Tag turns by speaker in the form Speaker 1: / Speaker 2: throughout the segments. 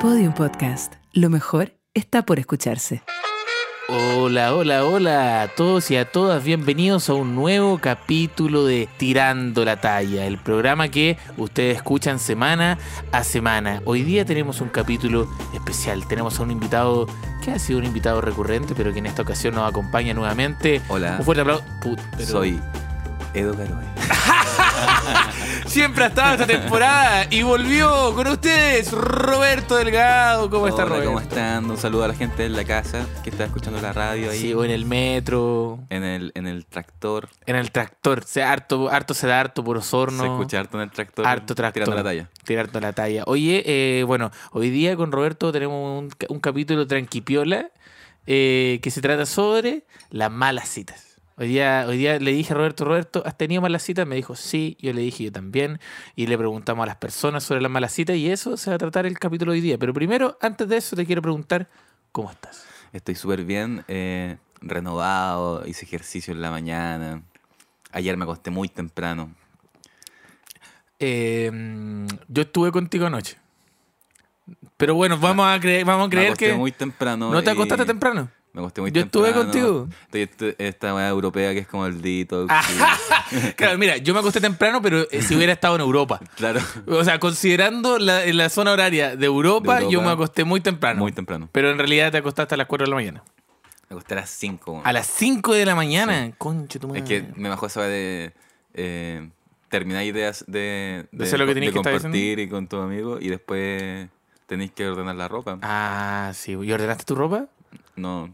Speaker 1: Podium Podcast. Lo mejor está por escucharse.
Speaker 2: Hola, hola, hola a todos y a todas. Bienvenidos a un nuevo capítulo de Tirando la Talla, el programa que ustedes escuchan semana a semana. Hoy día tenemos un capítulo especial. Tenemos a un invitado que ha sido un invitado recurrente, pero que en esta ocasión nos acompaña nuevamente.
Speaker 3: Hola,
Speaker 2: Un fuerte aplauso. Put- pero-
Speaker 3: soy Edo Garoy.
Speaker 2: Siempre ha estado esta temporada y volvió con ustedes Roberto Delgado. ¿Cómo está
Speaker 3: Hola,
Speaker 2: Roberto?
Speaker 3: ¿Cómo están? Un saludo a la gente en la casa que está escuchando la radio ahí.
Speaker 2: Sí, o en el metro,
Speaker 3: En el, en el tractor.
Speaker 2: en el tractor. Se, harto, harto se da harto por Osorno.
Speaker 3: Se escucha harto en el tractor.
Speaker 2: Harto tractor.
Speaker 3: Tirando la talla.
Speaker 2: Tirando la talla. Oye, eh, bueno, hoy día con Roberto tenemos un, ca- un capítulo tranquipiola eh, que se trata sobre las malas citas. Hoy día, hoy día le dije a Roberto, Roberto, ¿has tenido malas citas? Me dijo sí, yo le dije yo también. Y le preguntamos a las personas sobre las malas citas y eso se va a tratar el capítulo hoy día. Pero primero, antes de eso, te quiero preguntar, ¿cómo estás?
Speaker 3: Estoy súper bien, eh, renovado, hice ejercicio en la mañana. Ayer me acosté muy temprano.
Speaker 2: Eh, mm, yo estuve contigo anoche. Pero bueno, vamos a creer, vamos a
Speaker 3: me
Speaker 2: creer
Speaker 3: acosté
Speaker 2: que...
Speaker 3: muy temprano.
Speaker 2: ¿No te
Speaker 3: y-
Speaker 2: acostaste temprano?
Speaker 3: Me acosté muy
Speaker 2: Yo estuve
Speaker 3: temprano.
Speaker 2: contigo.
Speaker 3: Estoy, estoy- esta weá europea que es como el dito.
Speaker 2: Claro, mira, yo me acosté temprano, pero eh, si hubiera estado en Europa.
Speaker 3: Claro.
Speaker 2: O sea, considerando la, la zona horaria de Europa,
Speaker 3: De Europa.
Speaker 2: yo me acosté muy temprano.
Speaker 3: Muy temprano.
Speaker 2: Pero en realidad te acostaste a las 4 de la mañana.
Speaker 3: Me acosté a las 5.
Speaker 2: A las 5 de la mañana. Concho, tu madre.
Speaker 3: Es que me bajó esa de eh, terminar ideas de,
Speaker 2: De hacer lo que tenés que estar
Speaker 3: compartir y con tu amigo y después tenéis que ordenar la ropa.
Speaker 2: Ah, sí. ¿Y ordenaste tu ropa?
Speaker 3: No.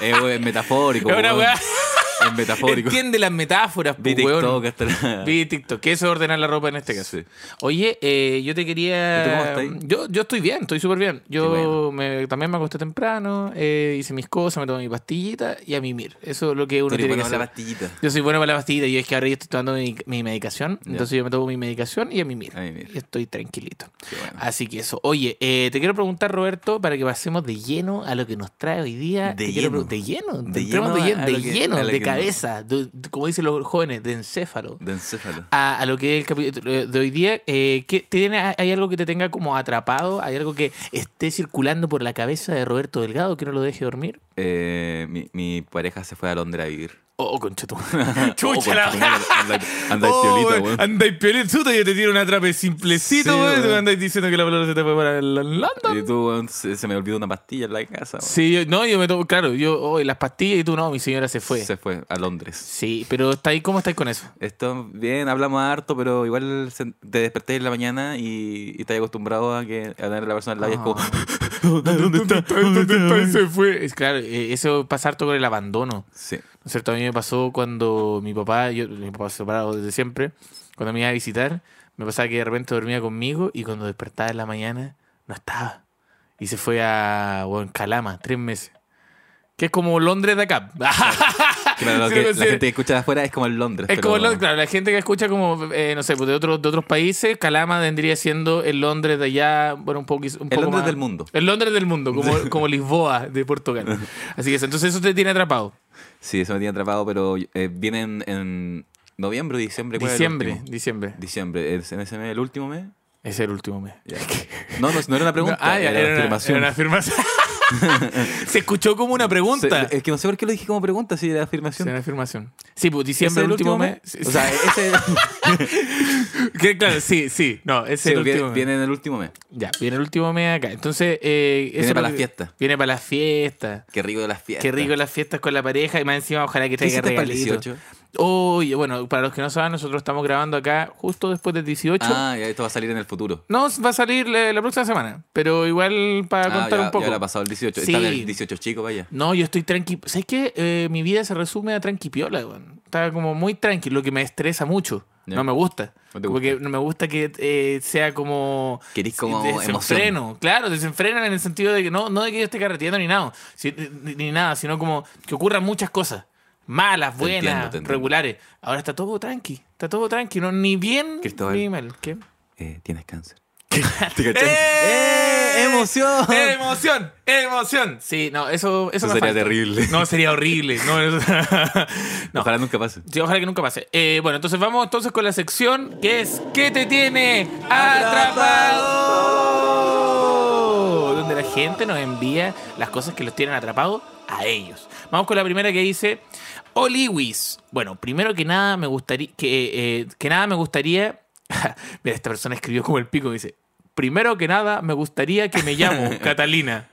Speaker 3: Eh, weón, es metafórico.
Speaker 2: Es una
Speaker 3: weón.
Speaker 2: weá.
Speaker 3: Es metafórico.
Speaker 2: Entiende las metáforas,
Speaker 3: Vi
Speaker 2: pues, weón.
Speaker 3: TikTok hasta la-
Speaker 2: Vi TikTok. ¿Qué es ordenar la ropa en este caso?
Speaker 3: Sí.
Speaker 2: Oye, eh, yo te quería.
Speaker 3: ¿Y tú cómo estás ahí?
Speaker 2: Yo, yo estoy bien, estoy súper bien. Yo
Speaker 3: Qué bueno.
Speaker 2: me- también me acosté temprano, eh, hice mis cosas, me tomé mi pastillita y a mimir. Eso es lo que uno
Speaker 3: Eres
Speaker 2: tiene que
Speaker 3: bueno para
Speaker 2: hacer.
Speaker 3: la pastillita.
Speaker 2: Yo soy bueno para la pastillita y es que ahora yo estoy tomando mi, mi medicación.
Speaker 3: Ya.
Speaker 2: Entonces yo me tomo mi medicación y a mimir.
Speaker 3: A Ah. mimir.
Speaker 2: Y estoy tranquilito.
Speaker 3: Qué bueno.
Speaker 2: Así que eso. Oye, eh, te quiero preguntar, Roberto, para que pasemos de lleno a lo que nos trae hoy día.
Speaker 3: De
Speaker 2: Te quiero
Speaker 3: lleno.
Speaker 2: pre- de lleno.
Speaker 3: De
Speaker 2: De lleno. De
Speaker 3: lleno
Speaker 2: lleno,
Speaker 3: a
Speaker 2: de,
Speaker 3: lo que-
Speaker 2: lleno,
Speaker 3: a lo
Speaker 2: de
Speaker 3: que nos-
Speaker 2: cabeza. de- de- como dicen los jóvenes, de encéfalo.
Speaker 3: De encéfalo.
Speaker 2: A, a lo que es el capítulo eh, de hoy día, eh, ¿qué- tiene, ¿hay algo que te tenga como atrapado? ¿Hay algo que esté circulando por la cabeza de Roberto Delgado que no lo deje dormir?
Speaker 3: Eh, mi, mi pareja se fue a Londres a vivir.
Speaker 2: Oh, conchetum.
Speaker 3: Oh,
Speaker 2: Chúchala.
Speaker 3: conchetumare, Anda, anda el
Speaker 2: Oh,
Speaker 3: piolito, weón.
Speaker 2: Andáis piolito, yo te tiro una trape simplecito,
Speaker 3: Sí,
Speaker 2: weón. Tú
Speaker 3: weón.
Speaker 2: andáis diciendo que la palabra se te fue para el London.
Speaker 3: Y tú, weón, se, se me olvidó una pastilla en la casa. weón.
Speaker 2: Sí, yo- no, yo me tomo, claro, yo, hoy las pastillas y tú no, mi señora se fue.
Speaker 3: Se fue a Londres.
Speaker 2: Sí, pero está ahí, ¿cómo estáis con eso?
Speaker 3: Esto, bien, hablamos harto, pero igual se- te desperté en la mañana y, y estás acostumbrado a que a tener la persona al lado y es como,
Speaker 2: Ah. ¿Dónde está? ¿Dónde está? Se fue. Es claro, eh, eso pasa harto con el abandono.
Speaker 3: sí,
Speaker 2: ¿no es cierto? A mí me pasó cuando mi papá, yo, mi papá separado desde siempre, cuando me iba a visitar, me pasaba que de repente dormía conmigo y cuando despertaba en la mañana no estaba. Y se fue a bueno, Calama, tres meses. Que es como Londres de acá.
Speaker 3: Claro, lo
Speaker 2: Sí,
Speaker 3: que
Speaker 2: no
Speaker 3: la
Speaker 2: sé.
Speaker 3: gente que escucha de afuera es como en Londres.
Speaker 2: Es
Speaker 3: Este, pero-
Speaker 2: como Londres, claro, la gente que escucha como, eh, no sé, pues, de, otros de otros países, Calama vendría siendo el Londres de allá, bueno, un, poco un poco
Speaker 3: Londres
Speaker 2: más-
Speaker 3: del mundo.
Speaker 2: El Londres del mundo, como, como Lisboa de Portugal. Así que eso, entonces eso te tiene atrapado.
Speaker 3: Sí, eso me tiene atrapado, pero eh, viene en, en noviembre o diciembre. ¿cuál es el
Speaker 2: Diciembre,
Speaker 3: último?
Speaker 2: diciembre.
Speaker 3: Diciembre, ¿es en ese mes, el último mes?
Speaker 2: Es el último mes.
Speaker 3: Ya. No, no, no era una pregunta,
Speaker 2: No, ah, ya,
Speaker 3: era, una afirmación.
Speaker 2: era una afirmación. Se escuchó como una pregunta.
Speaker 3: Se- es que no sé por qué lo dije como pregunta, si era
Speaker 2: Sí,
Speaker 3: afirmación.
Speaker 2: una afirmación. Sí, pues
Speaker 3: ¿Ese es
Speaker 2: diciembre el último mes. Sí,
Speaker 3: O sea, ese
Speaker 2: que claro, sí, sí. No, es
Speaker 3: sí,
Speaker 2: el
Speaker 3: viene,
Speaker 2: último mes.
Speaker 3: viene en el último mes.
Speaker 2: Ya, viene el último mes acá. Entonces, eh,
Speaker 3: Viene
Speaker 2: eso
Speaker 3: para
Speaker 2: es lo
Speaker 3: las
Speaker 2: que-
Speaker 3: fiestas.
Speaker 2: Viene para las fiestas.
Speaker 3: Qué rico las fiestas.
Speaker 2: Qué rico las fiestas con la pareja y más encima ojalá que
Speaker 3: ¿Qué
Speaker 2: traiga
Speaker 3: hiciste para el
Speaker 2: regalitos.
Speaker 3: 18?
Speaker 2: Oye, bueno, para los que no saben, nosotros estamos grabando acá justo después del 18.
Speaker 3: Ah, ya esto va a salir en el futuro.
Speaker 2: No, va a salir la, la próxima semana, pero igual para
Speaker 3: Ah,
Speaker 2: contar
Speaker 3: ya,
Speaker 2: un poco.
Speaker 3: ya habrá pasado el 18.
Speaker 2: Sí.
Speaker 3: Está en el 18 chico, vaya.
Speaker 2: No, yo estoy tranqui. ¿Sabes qué? Eh, mi vida se resume a tranquipiola, weón. Está como muy tranqui, lo que me estresa mucho.
Speaker 3: Ya.
Speaker 2: No me gusta.
Speaker 3: No te
Speaker 2: Porque no me gusta que eh, sea como.
Speaker 3: Querís como
Speaker 2: desenfreno. Claro, desenfrenan en el sentido de que no, no de que yo esté carreteando ni nada, si- ni, ni nada, sino como que ocurran muchas cosas. Malas,
Speaker 3: Te entiendo,
Speaker 2: buenas,
Speaker 3: te entiendo.
Speaker 2: regulares. Ahora está todo tranqui. Está todo tranqui. No, ni bien
Speaker 3: Cristóbal.
Speaker 2: ni mal. ¿Qué?
Speaker 3: Eh, tienes cáncer. ¿Te cachai?
Speaker 2: ¡Eh!
Speaker 3: ¡Eh! ¡Emoción!
Speaker 2: ¡Emoción! ¡Emoción! Sí, no, eso, eso
Speaker 3: Eso
Speaker 2: me
Speaker 3: sería
Speaker 2: falta.
Speaker 3: terrible.
Speaker 2: No, sería horrible. No, eso- no.
Speaker 3: Ojalá nunca pase.
Speaker 2: Sí, ojalá que nunca pase. Eh, bueno, entonces vamos entonces con la sección que es ¿Qué te tiene atrapado? gente nos envía las cosas que los tienen atrapados a ellos. Vamos con la primera que dice Oliwis. Bueno, primero que nada me gustaría que, eh, que nada me gustaría. Mira, esta persona escribió como el pico dice. Primero que nada me gustaría que me llamo Catalina.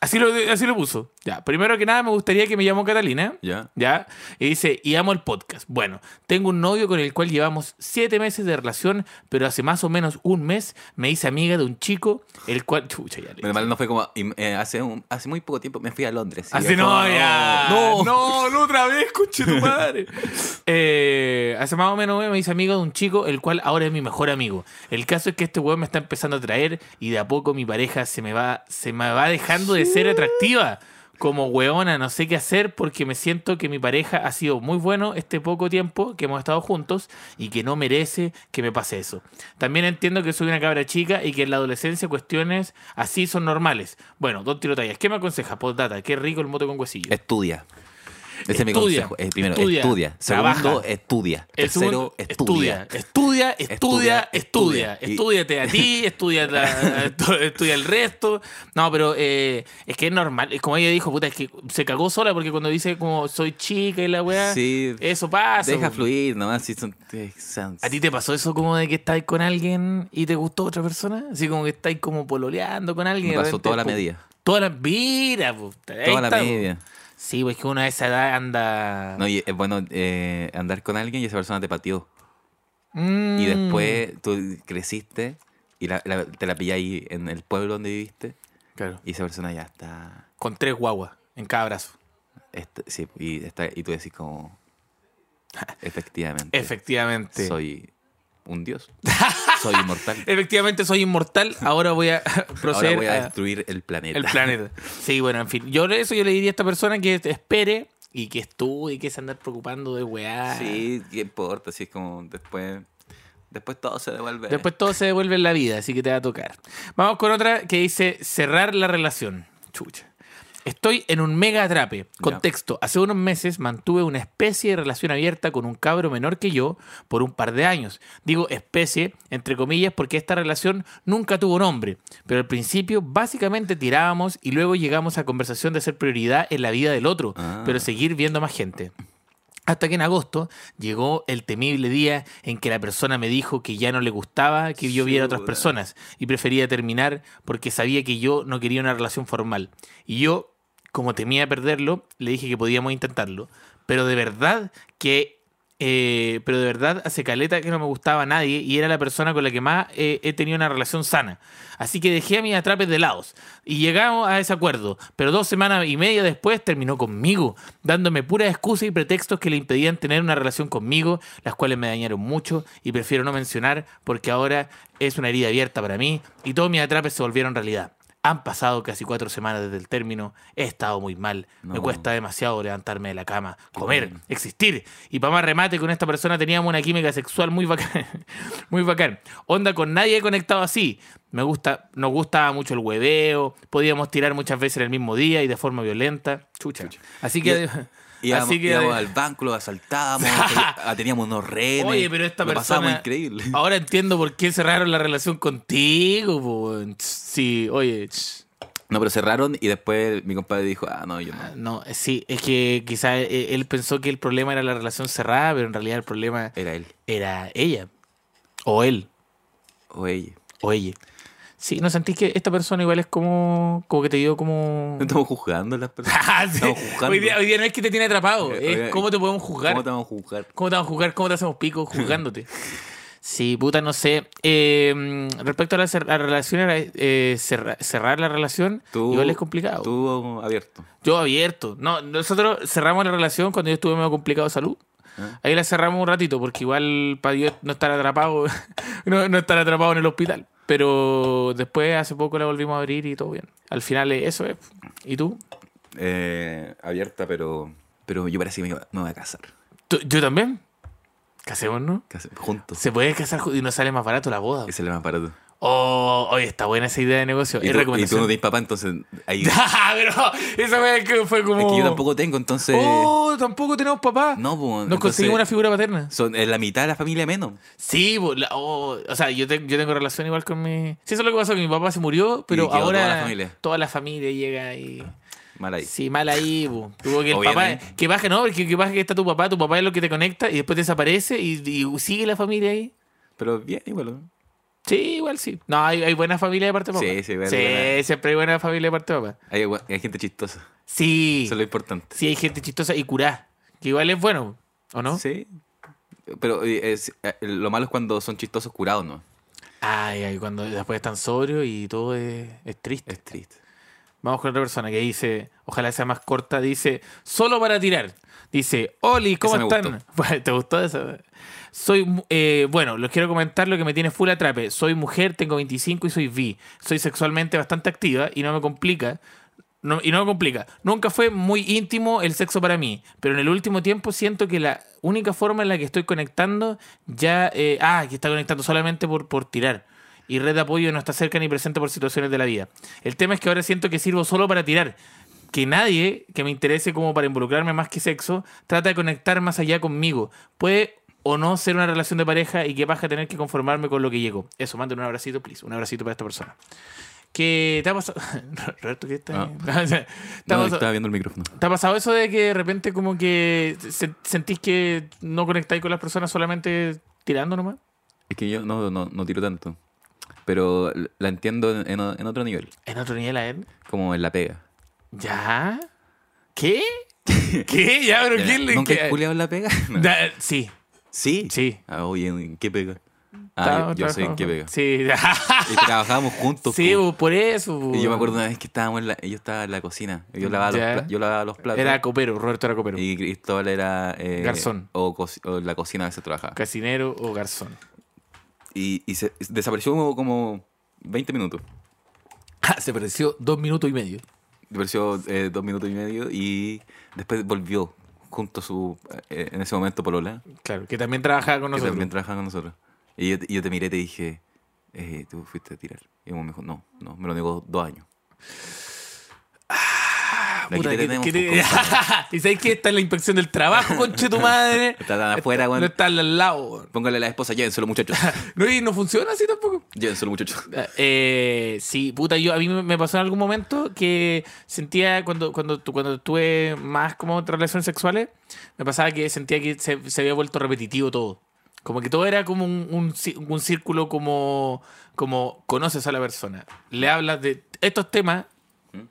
Speaker 2: Así lo, así lo puso. Ya, primero que nada me gustaría que me llamo Catalina.
Speaker 3: ¿Ya?
Speaker 2: ¿Ya? Y dice, y amo el podcast. Bueno, tengo un novio con el cual llevamos siete meses de relación, pero hace más o menos un mes me hice amiga de un chico, el cual... Chucha, ya le-
Speaker 3: Menos mal no fue como. y, eh, hace, un- hace muy poco tiempo me fui a Londres. y
Speaker 2: Así
Speaker 3: yo como,
Speaker 2: Ah, no, ya.
Speaker 3: No.
Speaker 2: no, no, otra vez, escuche tu madre. Eh, hace más o menos un mes me hice amigo de un chico, el cual ahora es mi mejor amigo. El caso es que este weón me está empezando a traer y de a poco mi pareja se me va, se me va dejando de ser atractiva. Como weona, no sé qué hacer porque me siento que mi pareja ha sido muy bueno este poco tiempo que hemos estado juntos y que no merece que me pase eso. También entiendo que soy una cabra chica y que en la adolescencia cuestiones así son normales. Bueno, dos tirotallas. ¿Qué me aconseja? Postdata, qué rico el moto con huesillo.
Speaker 3: Estudia. Ese es mi
Speaker 2: Estudia,
Speaker 3: consejo. Eh, primero,
Speaker 2: estudia,
Speaker 3: estudia. Segundo,
Speaker 2: trabaja.
Speaker 3: estudia.
Speaker 2: El
Speaker 3: Tercero,
Speaker 2: segundo,
Speaker 3: estudia.
Speaker 2: Estudia, estudia,
Speaker 3: Estudia,
Speaker 2: estudia.
Speaker 3: estudia. Y-
Speaker 2: Estudiate a ti, estudia, la- estu- estudia el resto. No, pero eh, es que es normal. Es como ella dijo, puta, es que se cagó sola porque cuando dice como soy chica y la weá,
Speaker 3: Sí.
Speaker 2: eso pasa.
Speaker 3: Deja
Speaker 2: po.
Speaker 3: fluir nomás. Si son, eh, son-
Speaker 2: Eh, ¿A ti te pasó eso como de que estáis con alguien y te gustó otra persona? Así como que estáis como pololeando con alguien.
Speaker 3: me
Speaker 2: y de
Speaker 3: pasó
Speaker 2: repente,
Speaker 3: toda la
Speaker 2: pum,
Speaker 3: media.
Speaker 2: Toda la mira, po. Ahí
Speaker 3: Toda la
Speaker 2: está, po.
Speaker 3: media.
Speaker 2: Sí, pues que uno a esa edad anda.
Speaker 3: No, y es bueno eh, andar con alguien y esa persona te pateó.
Speaker 2: Mm.
Speaker 3: Y después tú creciste y la- la- te la pillé ahí en el pueblo donde viviste
Speaker 2: Claro.
Speaker 3: y esa persona ya está.
Speaker 2: Con tres guaguas en cada brazo.
Speaker 3: está- sí, y, está, y tú decís como. Efectivamente.
Speaker 2: Efectivamente.
Speaker 3: Soy un dios. Soy inmortal.
Speaker 2: Efectivamente, soy inmortal. Ahora voy a
Speaker 3: Ahora
Speaker 2: proceder
Speaker 3: voy a
Speaker 2: a-
Speaker 3: destruir el planeta.
Speaker 2: ah, el planeta. Sí, bueno, en fin. Yo le- eso yo le diría a esta persona que te espere y que estudie, que se andar preocupando de weá.
Speaker 3: Sí, qué importa, si es como después. Después todo se devuelve.
Speaker 2: Después todo se devuelve en la vida, así que te va a tocar. Vamos con otra que dice cerrar la relación. Chucha. Estoy en un mega atrape. Contexto. Hace unos meses mantuve una especie de relación abierta con un cabro menor que yo por un par de años. Digo especie, entre comillas, porque esta relación nunca tuvo nombre. Pero al principio básicamente tirábamos y luego llegamos a conversación de ser prioridad en la vida del otro,
Speaker 3: Ah.
Speaker 2: pero seguir viendo más gente. Hasta que en agosto llegó el temible día en que la persona me dijo que ya no le gustaba que yo viera a otras
Speaker 3: Chuta.
Speaker 2: personas y prefería terminar porque sabía que yo no quería una relación formal. Y yo, como temía perderlo, le dije que podíamos intentarlo. Pero de verdad que... eh, pero de verdad hace caleta que no me gustaba a nadie y era la persona con la que más eh, he tenido una relación sana. Así que dejé a mis atrapes de lados y llegamos a ese acuerdo. Pero dos semanas y media después terminó conmigo, dándome puras excusas y pretextos que le impedían tener una relación conmigo, las cuales me dañaron mucho y prefiero no mencionar porque ahora es una herida abierta para mí y todos mis atrapes se volvieron realidad. Han pasado casi cuatro semanas desde el término, he estado muy mal, me
Speaker 3: No.
Speaker 2: cuesta demasiado levantarme de la cama, comer, existir. Y para más remate, con esta persona teníamos una química sexual muy bacán. muy bacán. Onda, con nadie he conectado así. Me gusta, nos gustaba mucho el hueveo, podíamos tirar muchas veces en el mismo día y de forma violenta. Chucha. Así que.
Speaker 3: Íbamos,
Speaker 2: así que-
Speaker 3: íbamos al banco, lo asaltábamos, teni- teníamos unos rehenes.
Speaker 2: Oye, pero esta
Speaker 3: lo
Speaker 2: persona.
Speaker 3: Pasábamos increíble.
Speaker 2: Ahora entiendo por qué cerraron la relación contigo, po, weón. Ch, Sí, oye. ch.
Speaker 3: No, pero cerraron y después mi compadre dijo, ah, no, yo no.
Speaker 2: No, eh, sí, es que quizás eh, él pensó que el problema era la relación cerrada, pero en realidad el problema
Speaker 3: Era él
Speaker 2: era ella. O él.
Speaker 3: o ella.
Speaker 2: O ella. Sí, ¿no sentís que esta persona igual es como. como que te dio como.
Speaker 3: No estamos juzgando a las personas.
Speaker 2: Ah, sí.
Speaker 3: Estamos juzgando.
Speaker 2: hoy, día, hoy día no es que te tiene atrapado,
Speaker 3: Eh,
Speaker 2: es
Speaker 3: oiga,
Speaker 2: cómo te podemos juzgar.
Speaker 3: ¿Cómo te vamos a juzgar?
Speaker 2: ¿Cómo te vamos a juzgar? ¿Cómo te hacemos pico juzgándote? Sí, puta, no sé. Eh, respecto a la, cer- la relación, era, eh, cerra- cerrar la relación,
Speaker 3: Tú,
Speaker 2: igual es complicado.
Speaker 3: Tú abierto.
Speaker 2: Yo abierto. No, nosotros cerramos la relación cuando yo estuve medio complicado de salud.
Speaker 3: Ah.
Speaker 2: Ahí la cerramos un ratito, porque igual para yo no estar atrapado, no, no estar atrapado en el hospital. Pero después, hace poco la volvimos a abrir y todo bien. Al final, eh, eso es. ¿Y tú?
Speaker 3: Eh, abierta, pero pero yo parece que me, iba- me voy a casar.
Speaker 2: ¿Tú- ¿Yo también? Casémonos.
Speaker 3: Casi- juntos.
Speaker 2: Se puede casar ju- y no sale más barato la boda.
Speaker 3: Ese es el más barato.
Speaker 2: Oh, oye, está buena esa idea de negocio.
Speaker 3: Y
Speaker 2: Es
Speaker 3: tú, y tú no
Speaker 2: recomendación.
Speaker 3: tienes papá, entonces ahí... es
Speaker 2: Ah, pero esa wea que fue como.
Speaker 3: que yo tampoco tengo, entonces...
Speaker 2: Oh, tampoco tenemos papá.
Speaker 3: No, pues,
Speaker 2: Nos
Speaker 3: entonces-
Speaker 2: conseguimos una figura paterna.
Speaker 3: Son eh, la mitad de la familia menos.
Speaker 2: Sí, bo- la- oh, o sea, yo, te- yo tengo relación igual con mi. Sí, eso es lo que pasó, que mi papá se murió, pero
Speaker 3: quedó toda
Speaker 2: ahora
Speaker 3: la familia.
Speaker 2: toda la familia llega y.
Speaker 3: Mal ahí.
Speaker 2: Sí, mal ahí, bo. Tuvo que el
Speaker 3: Obviamente.
Speaker 2: papá. Que baje, no, porque que baje que está tu papá, tu papá es lo que te conecta y después desaparece y, y sigue la familia ahí.
Speaker 3: Pero bien, igual. ¿no?
Speaker 2: Sí, igual sí. No, hay, hay buena familia de parte de papá.
Speaker 3: Sí, sí, igual
Speaker 2: Sí,
Speaker 3: buena.
Speaker 2: siempre hay buena familia de parte de papá.
Speaker 3: Hay, gua- hay gente chistosa.
Speaker 2: Sí.
Speaker 3: Eso es lo importante.
Speaker 2: Sí, hay gente chistosa y curá. Que igual es bueno, ¿o no?
Speaker 3: Sí. Pero eh, es- eh, lo malo es cuando son chistosos curados, ¿no?
Speaker 2: Ay, ay, cuando después están sobrios y todo es, es triste.
Speaker 3: Es triste.
Speaker 2: Vamos con otra persona que dice, ojalá sea más corta, dice, solo para tirar. Dice, Oli, ¿cómo
Speaker 3: Esa me
Speaker 2: están? ¿Te gustó esa? Soy, mu- eh, bueno, les quiero comentar lo que me tiene full atrape. Soy mujer, tengo 25 y soy bi. Soy sexualmente bastante activa y no me complica. No- y no me complica. Nunca fue muy íntimo el sexo para mí, pero en el último tiempo siento que la única forma en la que estoy conectando ya... eh, ah, que está conectando solamente por, por tirar. Y red de apoyo no está cerca ni presente por situaciones de la vida. El tema es que ahora siento que sirvo solo para tirar. Que nadie que me interese como para involucrarme más que sexo trata de conectar más allá conmigo. Puede o no ser una relación de pareja y que vas a tener que conformarme con lo que llego. Eso, manden un abracito, please. Un abracito para esta persona. ¿Qué te ha pasado? Roberto, ¿qué está?
Speaker 3: Ah.
Speaker 2: ¿Te ha pasado-
Speaker 3: No, estaba viendo el micrófono.
Speaker 2: ¿Te ha pasado eso de que de repente como que se- sentís que no conectáis con las personas solamente tirando nomás?
Speaker 3: Es que yo no, no, no tiro tanto. Pero la entiendo en, en- en otro nivel.
Speaker 2: En otro nivel a él.
Speaker 3: Como en la pega.
Speaker 2: ¿Ya? ¿Qué? ¿Qué? ¿Ya? ¿Pero
Speaker 3: Ya,
Speaker 2: quién le
Speaker 3: ¿Nunca
Speaker 2: qué-
Speaker 3: he culeado en la pega? No.
Speaker 2: Da- Sí.
Speaker 3: Sí.
Speaker 2: Sí.
Speaker 3: Ah, oye, ¿en qué pega?
Speaker 2: Estaba-
Speaker 3: Ah, yo, yo sé en
Speaker 2: trabajaba-
Speaker 3: qué pega.
Speaker 2: Sí. ah,
Speaker 3: Y trabajábamos juntos.
Speaker 2: sí,
Speaker 3: po.
Speaker 2: bu, por eso. bu.
Speaker 3: Y yo me acuerdo una vez que estábamos en la, yo estaba en la cocina. Yo lavaba, los,
Speaker 2: Ya.
Speaker 3: pla- yo lavaba los platos.
Speaker 2: Era copero, Roberto era copero.
Speaker 3: Y Cristóbal era... eh,
Speaker 2: Garzón.
Speaker 3: O, co- o en la cocina a veces trabajaba.
Speaker 2: Casinero o garzón.
Speaker 3: Y, y se, desapareció como, como 20 minutos. Ah,
Speaker 2: Se pareció dos minutos y medio.
Speaker 3: Desapareció eh, dos minutos y medio y después volvió junto a su... eh, en ese momento Polola, que
Speaker 2: Claro, que también trabajaba con nosotros.
Speaker 3: también trabajaba con nosotros. Y yo, te- y yo te miré y te dije, eh, tú fuiste a tirar. Y me dijo, no, no, me lo negó dos años. Aquí
Speaker 2: Ah, Puta,
Speaker 3: te
Speaker 2: que-
Speaker 3: tenemos,
Speaker 2: que
Speaker 3: pues,
Speaker 2: te-
Speaker 3: compadre.
Speaker 2: y sabes que está en la inspección del trabajo, conche tu madre.
Speaker 3: Está tan afuera,
Speaker 2: Está-
Speaker 3: weón.
Speaker 2: No está al lado. weón.
Speaker 3: Póngale a la esposa, llévenselo muchachos.
Speaker 2: No, y no funciona así tampoco.
Speaker 3: llévenselo muchachos.
Speaker 2: Eh, sí, puta, yo a mí me me pasó en algún momento que sentía cuando cuando tu- cuando tuve más como otras relaciones sexuales, me pasaba que sentía que se, se había vuelto repetitivo todo. Como que todo era como un, un ci- un círculo como como conoces a la persona, le hablas de estos temas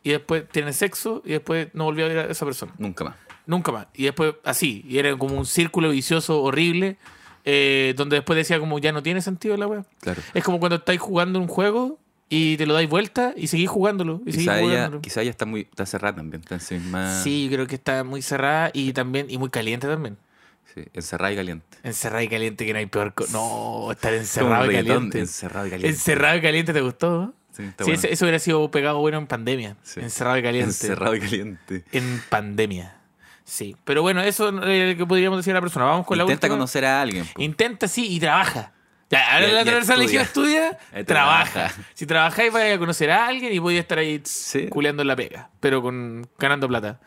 Speaker 2: y después tienes sexo y después no volví a ver a esa persona.
Speaker 3: Nunca más.
Speaker 2: Nunca más. Y después así. Y era como un círculo vicioso horrible. eh, donde después decía como ya no tiene sentido la wea.
Speaker 3: Claro.
Speaker 2: Es como cuando estáis jugando un juego y te lo dais vuelta y seguís jugándolo. Y seguís
Speaker 3: Quizá ella,
Speaker 2: jugándolo.
Speaker 3: quizá ella está muy está cerrada también, está en sí misma-
Speaker 2: Sí, yo creo que está muy cerrada y también, y muy caliente también.
Speaker 3: sí, encerrada y caliente.
Speaker 2: Encerrada y caliente que no hay peor. co- No, estar
Speaker 3: Como un
Speaker 2: encerrado y
Speaker 3: reggaetón,
Speaker 2: caliente.
Speaker 3: Encerrado y caliente.
Speaker 2: Encerrado y caliente te gustó. no?
Speaker 3: Sí, está
Speaker 2: Sí,
Speaker 3: bueno.
Speaker 2: ese- eso hubiera sido pegado bueno en pandemia.
Speaker 3: Sí.
Speaker 2: Encerrado y caliente.
Speaker 3: Encerrado y caliente.
Speaker 2: En pandemia. Sí. Pero bueno, eso es lo que podríamos decir a la persona. Vamos con la
Speaker 3: Intenta
Speaker 2: última.
Speaker 3: conocer a alguien. po.
Speaker 2: Intenta sí y trabaja. Ya, ahora
Speaker 3: Y-
Speaker 2: la
Speaker 3: y
Speaker 2: otra persona le dijo estudia,
Speaker 3: Eh,
Speaker 2: trabaja.
Speaker 3: trabaja.
Speaker 2: Si trabajáis vais a conocer a alguien y podéis estar ahí tss,
Speaker 3: Sí.
Speaker 2: culeando en la pega, pero con ganando plata.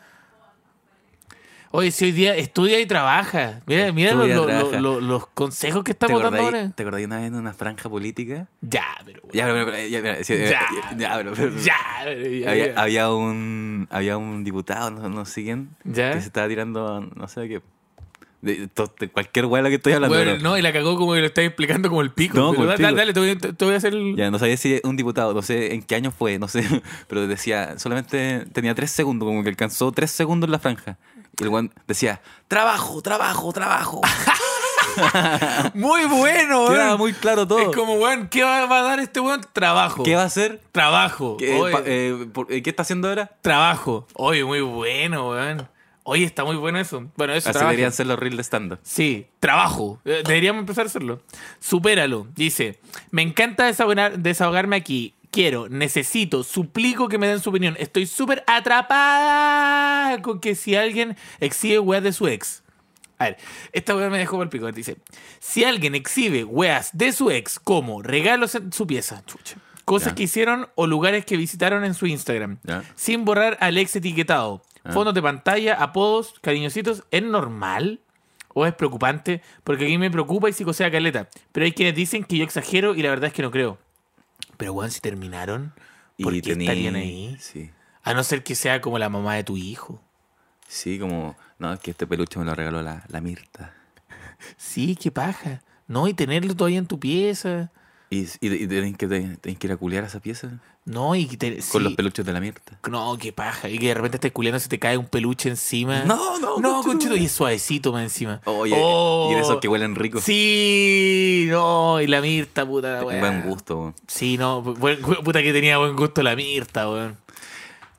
Speaker 2: Oye, si hoy día estudia y trabaja. Mira, mira
Speaker 3: Estudia,
Speaker 2: lo- lo-
Speaker 3: trabaja.
Speaker 2: lo- los consejos que
Speaker 3: ¿Te
Speaker 2: estamos dando ahora.
Speaker 3: acordáis, ¿Te acordáis una vez en una franja política?
Speaker 2: Ya, pero bueno,
Speaker 3: Ya, pero, pero, ya, mira, sí, eh,
Speaker 2: Ya.
Speaker 3: ya, pero, pero-
Speaker 2: ya, pero ya,
Speaker 3: Había,
Speaker 2: ya.
Speaker 3: había un había un diputado, no, no sé quién,
Speaker 2: Ya.
Speaker 3: que se estaba tirando, a no sé qué. De, to- de cualquier hueá de la que estoy hablando.
Speaker 2: Bueno,
Speaker 3: pero-
Speaker 2: no, y la cagó como que lo estáis explicando como el pico.
Speaker 3: No,
Speaker 2: pero
Speaker 3: como el
Speaker 2: da- da-
Speaker 3: pico.
Speaker 2: Dale, te voy, a- te voy a hacer el...
Speaker 3: Ya, no sabía si un diputado, no sé en qué año fue, no sé, pero decía, solamente tenía tres segundos, como que alcanzó tres segundos en la franja. Y el guan decía, trabajo, trabajo, trabajo.
Speaker 2: Muy bueno,
Speaker 3: Quedaba
Speaker 2: weón.
Speaker 3: muy claro todo.
Speaker 2: Es como, weón, ¿qué va, va a dar este weón? Trabajo.
Speaker 3: ¿Qué va a hacer?
Speaker 2: Trabajo.
Speaker 3: ¿Qué,
Speaker 2: Oye,
Speaker 3: pa- eh, por- eh, ¿qué está haciendo ahora?
Speaker 2: trabajo. Oye, muy bueno, weón. Oye, está muy bueno eso. Bueno, eso
Speaker 3: Así
Speaker 2: trabajo.
Speaker 3: deberían ser los reels de stand-up.
Speaker 2: Sí, trabajo. Eh, Deberíamos empezar a hacerlo. Supéralo. Dice, me encanta desahogar- desahogarme aquí. Quiero, necesito, suplico que me den su opinión. Estoy súper atrapada con que si alguien exige weas de su ex. A ver, esta weá me dejó por el pico. Dice: Si alguien exhibe weas de su ex como regalos en su pieza, chucha, cosas
Speaker 3: Ya.
Speaker 2: que hicieron o lugares que visitaron en su Instagram,
Speaker 3: Ya. Ah.
Speaker 2: sin borrar al ex etiquetado, fondos de pantalla, apodos, cariñositos, ¿es normal? ¿O es preocupante? Porque aquí me preocupa y psicosea caleta. Pero hay quienes dicen que yo exagero y la verdad es que no creo. Pero, weón, si terminaron, ¿por qué
Speaker 3: tení-
Speaker 2: estarían ahí?
Speaker 3: Sí.
Speaker 2: A no ser que sea como la mamá de tu hijo.
Speaker 3: Sí, como, no, es que este peluche me lo regaló la, la Mirta.
Speaker 2: Sí, qué paja. No, y tenerlo todavía en tu pieza.
Speaker 3: Y, y, y tenés que, tenés que ir a culear a esa pieza
Speaker 2: No, y te-
Speaker 3: con
Speaker 2: sí.
Speaker 3: los peluches de la Mirta.
Speaker 2: No, qué paja. Y que de repente estés culiando se te cae un peluche encima.
Speaker 3: No, no,
Speaker 2: Ah. No,
Speaker 3: conchito.
Speaker 2: conchito. Y es suavecito más encima.
Speaker 3: Oye,
Speaker 2: Oh.
Speaker 3: y de esos que huelen ricos.
Speaker 2: Sí, no, y la Mirta, puta la
Speaker 3: Un
Speaker 2: weá.
Speaker 3: buen gusto, weón.
Speaker 2: Sí, no, buen- puta que tenía buen gusto la Mirta, weón.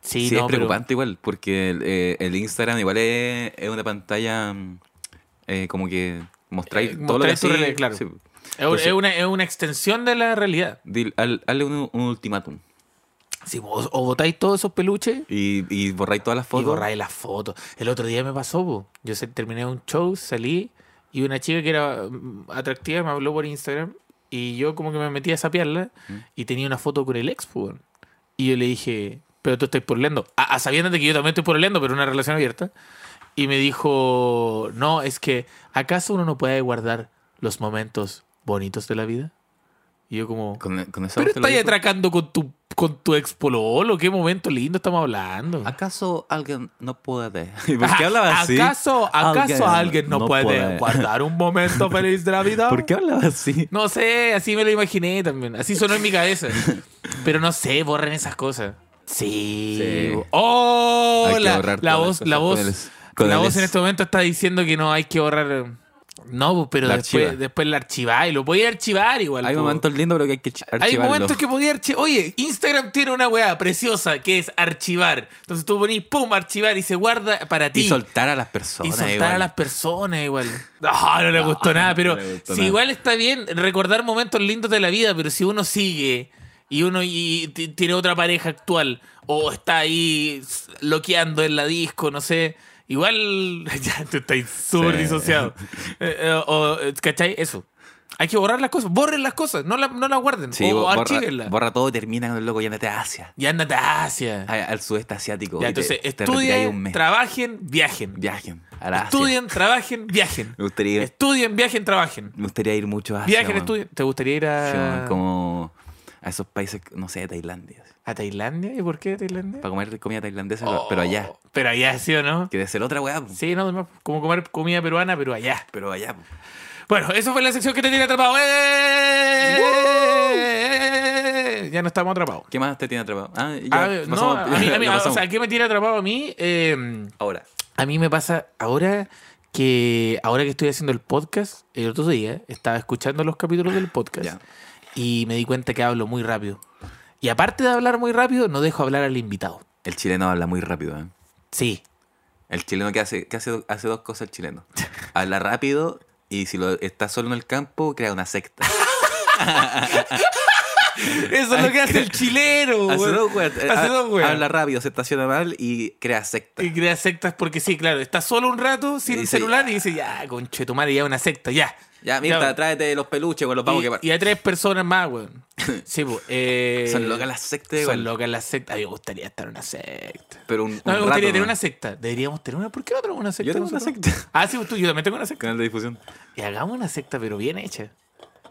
Speaker 2: Sí,
Speaker 3: Sí,
Speaker 2: no, pero-
Speaker 3: es preocupante igual, porque el, eh, el Instagram igual es, es una pantalla mm, eh, como que mostráis
Speaker 2: Eh,
Speaker 3: todo lo que
Speaker 2: mostráis tu
Speaker 3: hacís,
Speaker 2: realidad, claro.
Speaker 3: sí.
Speaker 2: es, un- es una, es una extensión de la realidad.
Speaker 3: Dil- hal- hazle un, un ultimátum
Speaker 2: Si vos- o botáis todos esos peluches
Speaker 3: y, y borráis todas las
Speaker 2: y
Speaker 3: fotos.
Speaker 2: borráis las fotos. El otro día me pasó, po. yo se- terminé un show, salí y una chica que era mm, atractiva me habló por Instagram y yo como que me metí a sapearla y tenía una foto con el ex, po, weón. Y yo le dije, pero tú estás porleando. A, a sabiendas de que yo también estoy porleando, pero una relación abierta. Y me dijo, no, es que, ¿acaso uno no puede guardar los momentos bonitos de la vida? Y yo como...
Speaker 3: Con, con esa
Speaker 2: Pero
Speaker 3: voz te lo
Speaker 2: estás
Speaker 3: digo.
Speaker 2: atracando con tu, con tu ex pololo. Qué momento lindo estamos hablando.
Speaker 3: ¿Acaso alguien no puede? ¿Por qué hablaba
Speaker 2: Ah,
Speaker 3: así?
Speaker 2: ¿Acaso, acaso alguien, no, puede,
Speaker 3: guardar?
Speaker 2: guardar un momento feliz de la vida?
Speaker 3: ¿Por qué hablaba así?
Speaker 2: No sé, así me lo imaginé también. Así sonó en mi cabeza. Pero no sé, borren esas cosas. Sí.
Speaker 3: Sí.
Speaker 2: ¡Oh!
Speaker 3: Hay que
Speaker 2: La,
Speaker 3: borrar
Speaker 2: la
Speaker 3: todas
Speaker 2: voz,
Speaker 3: las
Speaker 2: la voz,
Speaker 3: cosas con el- con
Speaker 2: la
Speaker 3: el
Speaker 2: voz en
Speaker 3: es.
Speaker 2: este momento está diciendo que no hay que borrar. No, pues, pero
Speaker 3: La
Speaker 2: después,
Speaker 3: archiva.
Speaker 2: después la archiváis. Lo podía archivar igual.
Speaker 3: Hay
Speaker 2: pues.
Speaker 3: momentos lindos, pero que hay que ch- archivarlos.
Speaker 2: Hay momentos que podía archivar. Oye, Instagram tiene una weá preciosa que es archivar. Entonces tú ponís, pum, archivar y se guarda para ti.
Speaker 3: Y soltar a las personas.
Speaker 2: Y soltar
Speaker 3: igual.
Speaker 2: a las personas igual. No, no le gustó nada, pero
Speaker 3: no le gustó
Speaker 2: si
Speaker 3: nada.
Speaker 2: igual está bien recordar momentos lindos de la vida, pero si uno sigue y uno y, t- tiene otra pareja actual o está ahí s- loqueando en la disco, no sé, igual ya tú estás súper
Speaker 3: Sí.
Speaker 2: disociado. Eh, eh, o, eh, ¿Cachai? Eso. Hay que borrar las cosas, borren las cosas, no, la- no las guarden,
Speaker 3: Sí,
Speaker 2: o
Speaker 3: bo- borra,
Speaker 2: archívenlas.
Speaker 3: borra todo y termina con el loco yéndote a Asia.
Speaker 2: Y ándate a Asia.
Speaker 3: a- al sudeste asiático.
Speaker 2: Ya,
Speaker 3: y te-
Speaker 2: entonces,
Speaker 3: te retiráis un
Speaker 2: estudien,
Speaker 3: mes.
Speaker 2: trabajen, viajen.
Speaker 3: Viajen a la Asia.
Speaker 2: Estudien, trabajen, viajen.
Speaker 3: Me gustaría, ir-
Speaker 2: Estudien, viajen, trabajen.
Speaker 3: me gustaría ir mucho a Asia.
Speaker 2: Viajen,
Speaker 3: weón.
Speaker 2: estudien. ¿Te gustaría ir
Speaker 3: Sí,
Speaker 2: a,
Speaker 3: weón, como a esos países, no sé, Tailandia. así,
Speaker 2: a Tailandia? ¿Y por qué Tailandia?
Speaker 3: Para comer comida tailandesa,
Speaker 2: Oh,
Speaker 3: pero allá.
Speaker 2: Pero allá, ¿sí o no?
Speaker 3: Que debe ser otra weá. po.
Speaker 2: Sí, no, no, como comer comida peruana, pero allá.
Speaker 3: Pero allá. po.
Speaker 2: Bueno, eso fue la sección que te tiene atrapado. ¡Eh! Ya no estamos atrapados.
Speaker 3: ¿Qué más te tiene atrapado? Ah, ya
Speaker 2: Ah, no,
Speaker 3: pasamos-
Speaker 2: a mí, a mí-
Speaker 3: ya
Speaker 2: a- o
Speaker 3: pasamos.
Speaker 2: sea, ¿qué me tiene atrapado a mí? Eh,
Speaker 3: Ahora.
Speaker 2: A mí me pasa ahora que ahora que estoy haciendo el podcast, el otro día estaba escuchando los capítulos del podcast
Speaker 3: Ya.
Speaker 2: y me di cuenta que hablo muy rápido. Y aparte de hablar muy rápido, no dejo hablar al invitado.
Speaker 3: El chileno habla muy rápido. ¿eh?
Speaker 2: Sí.
Speaker 3: El chileno que hace, que hace, hace dos cosas el chileno. Habla rápido y si lo está solo en el campo, crea una secta.
Speaker 2: Eso es lo que hace el chileno.
Speaker 3: Hace
Speaker 2: güey.
Speaker 3: dos weas. Eh,
Speaker 2: Oh, Hace
Speaker 3: ha-
Speaker 2: dos weas.
Speaker 3: Habla rápido, se estaciona mal y crea secta.
Speaker 2: Y crea sectas porque sí, claro, está solo un rato sin
Speaker 3: Y dice,
Speaker 2: celular y dice, ya, conche, tu madre, ya una secta, ya.
Speaker 3: Ya, mira,
Speaker 2: Ya.
Speaker 3: tráete los peluches, weón, los vamos a
Speaker 2: y,
Speaker 3: quemar.
Speaker 2: y a tres personas más, weón. Sí, pues. eh,
Speaker 3: Son locas las sectas,
Speaker 2: Son
Speaker 3: igual.
Speaker 2: locas las sectas. A mí me gustaría estar en una secta.
Speaker 3: Pero un,
Speaker 2: No,
Speaker 3: un
Speaker 2: me gustaría
Speaker 3: rato
Speaker 2: tener una
Speaker 3: nomás.
Speaker 2: secta. Deberíamos tener una. ¿Por qué no tenemos una secta?
Speaker 3: Yo tengo una
Speaker 2: nosotros?
Speaker 3: secta.
Speaker 2: Ah, sí, pues tú, yo también tengo una secta.
Speaker 3: Canal de difusión.
Speaker 2: Y hagamos una secta, pero bien hecha.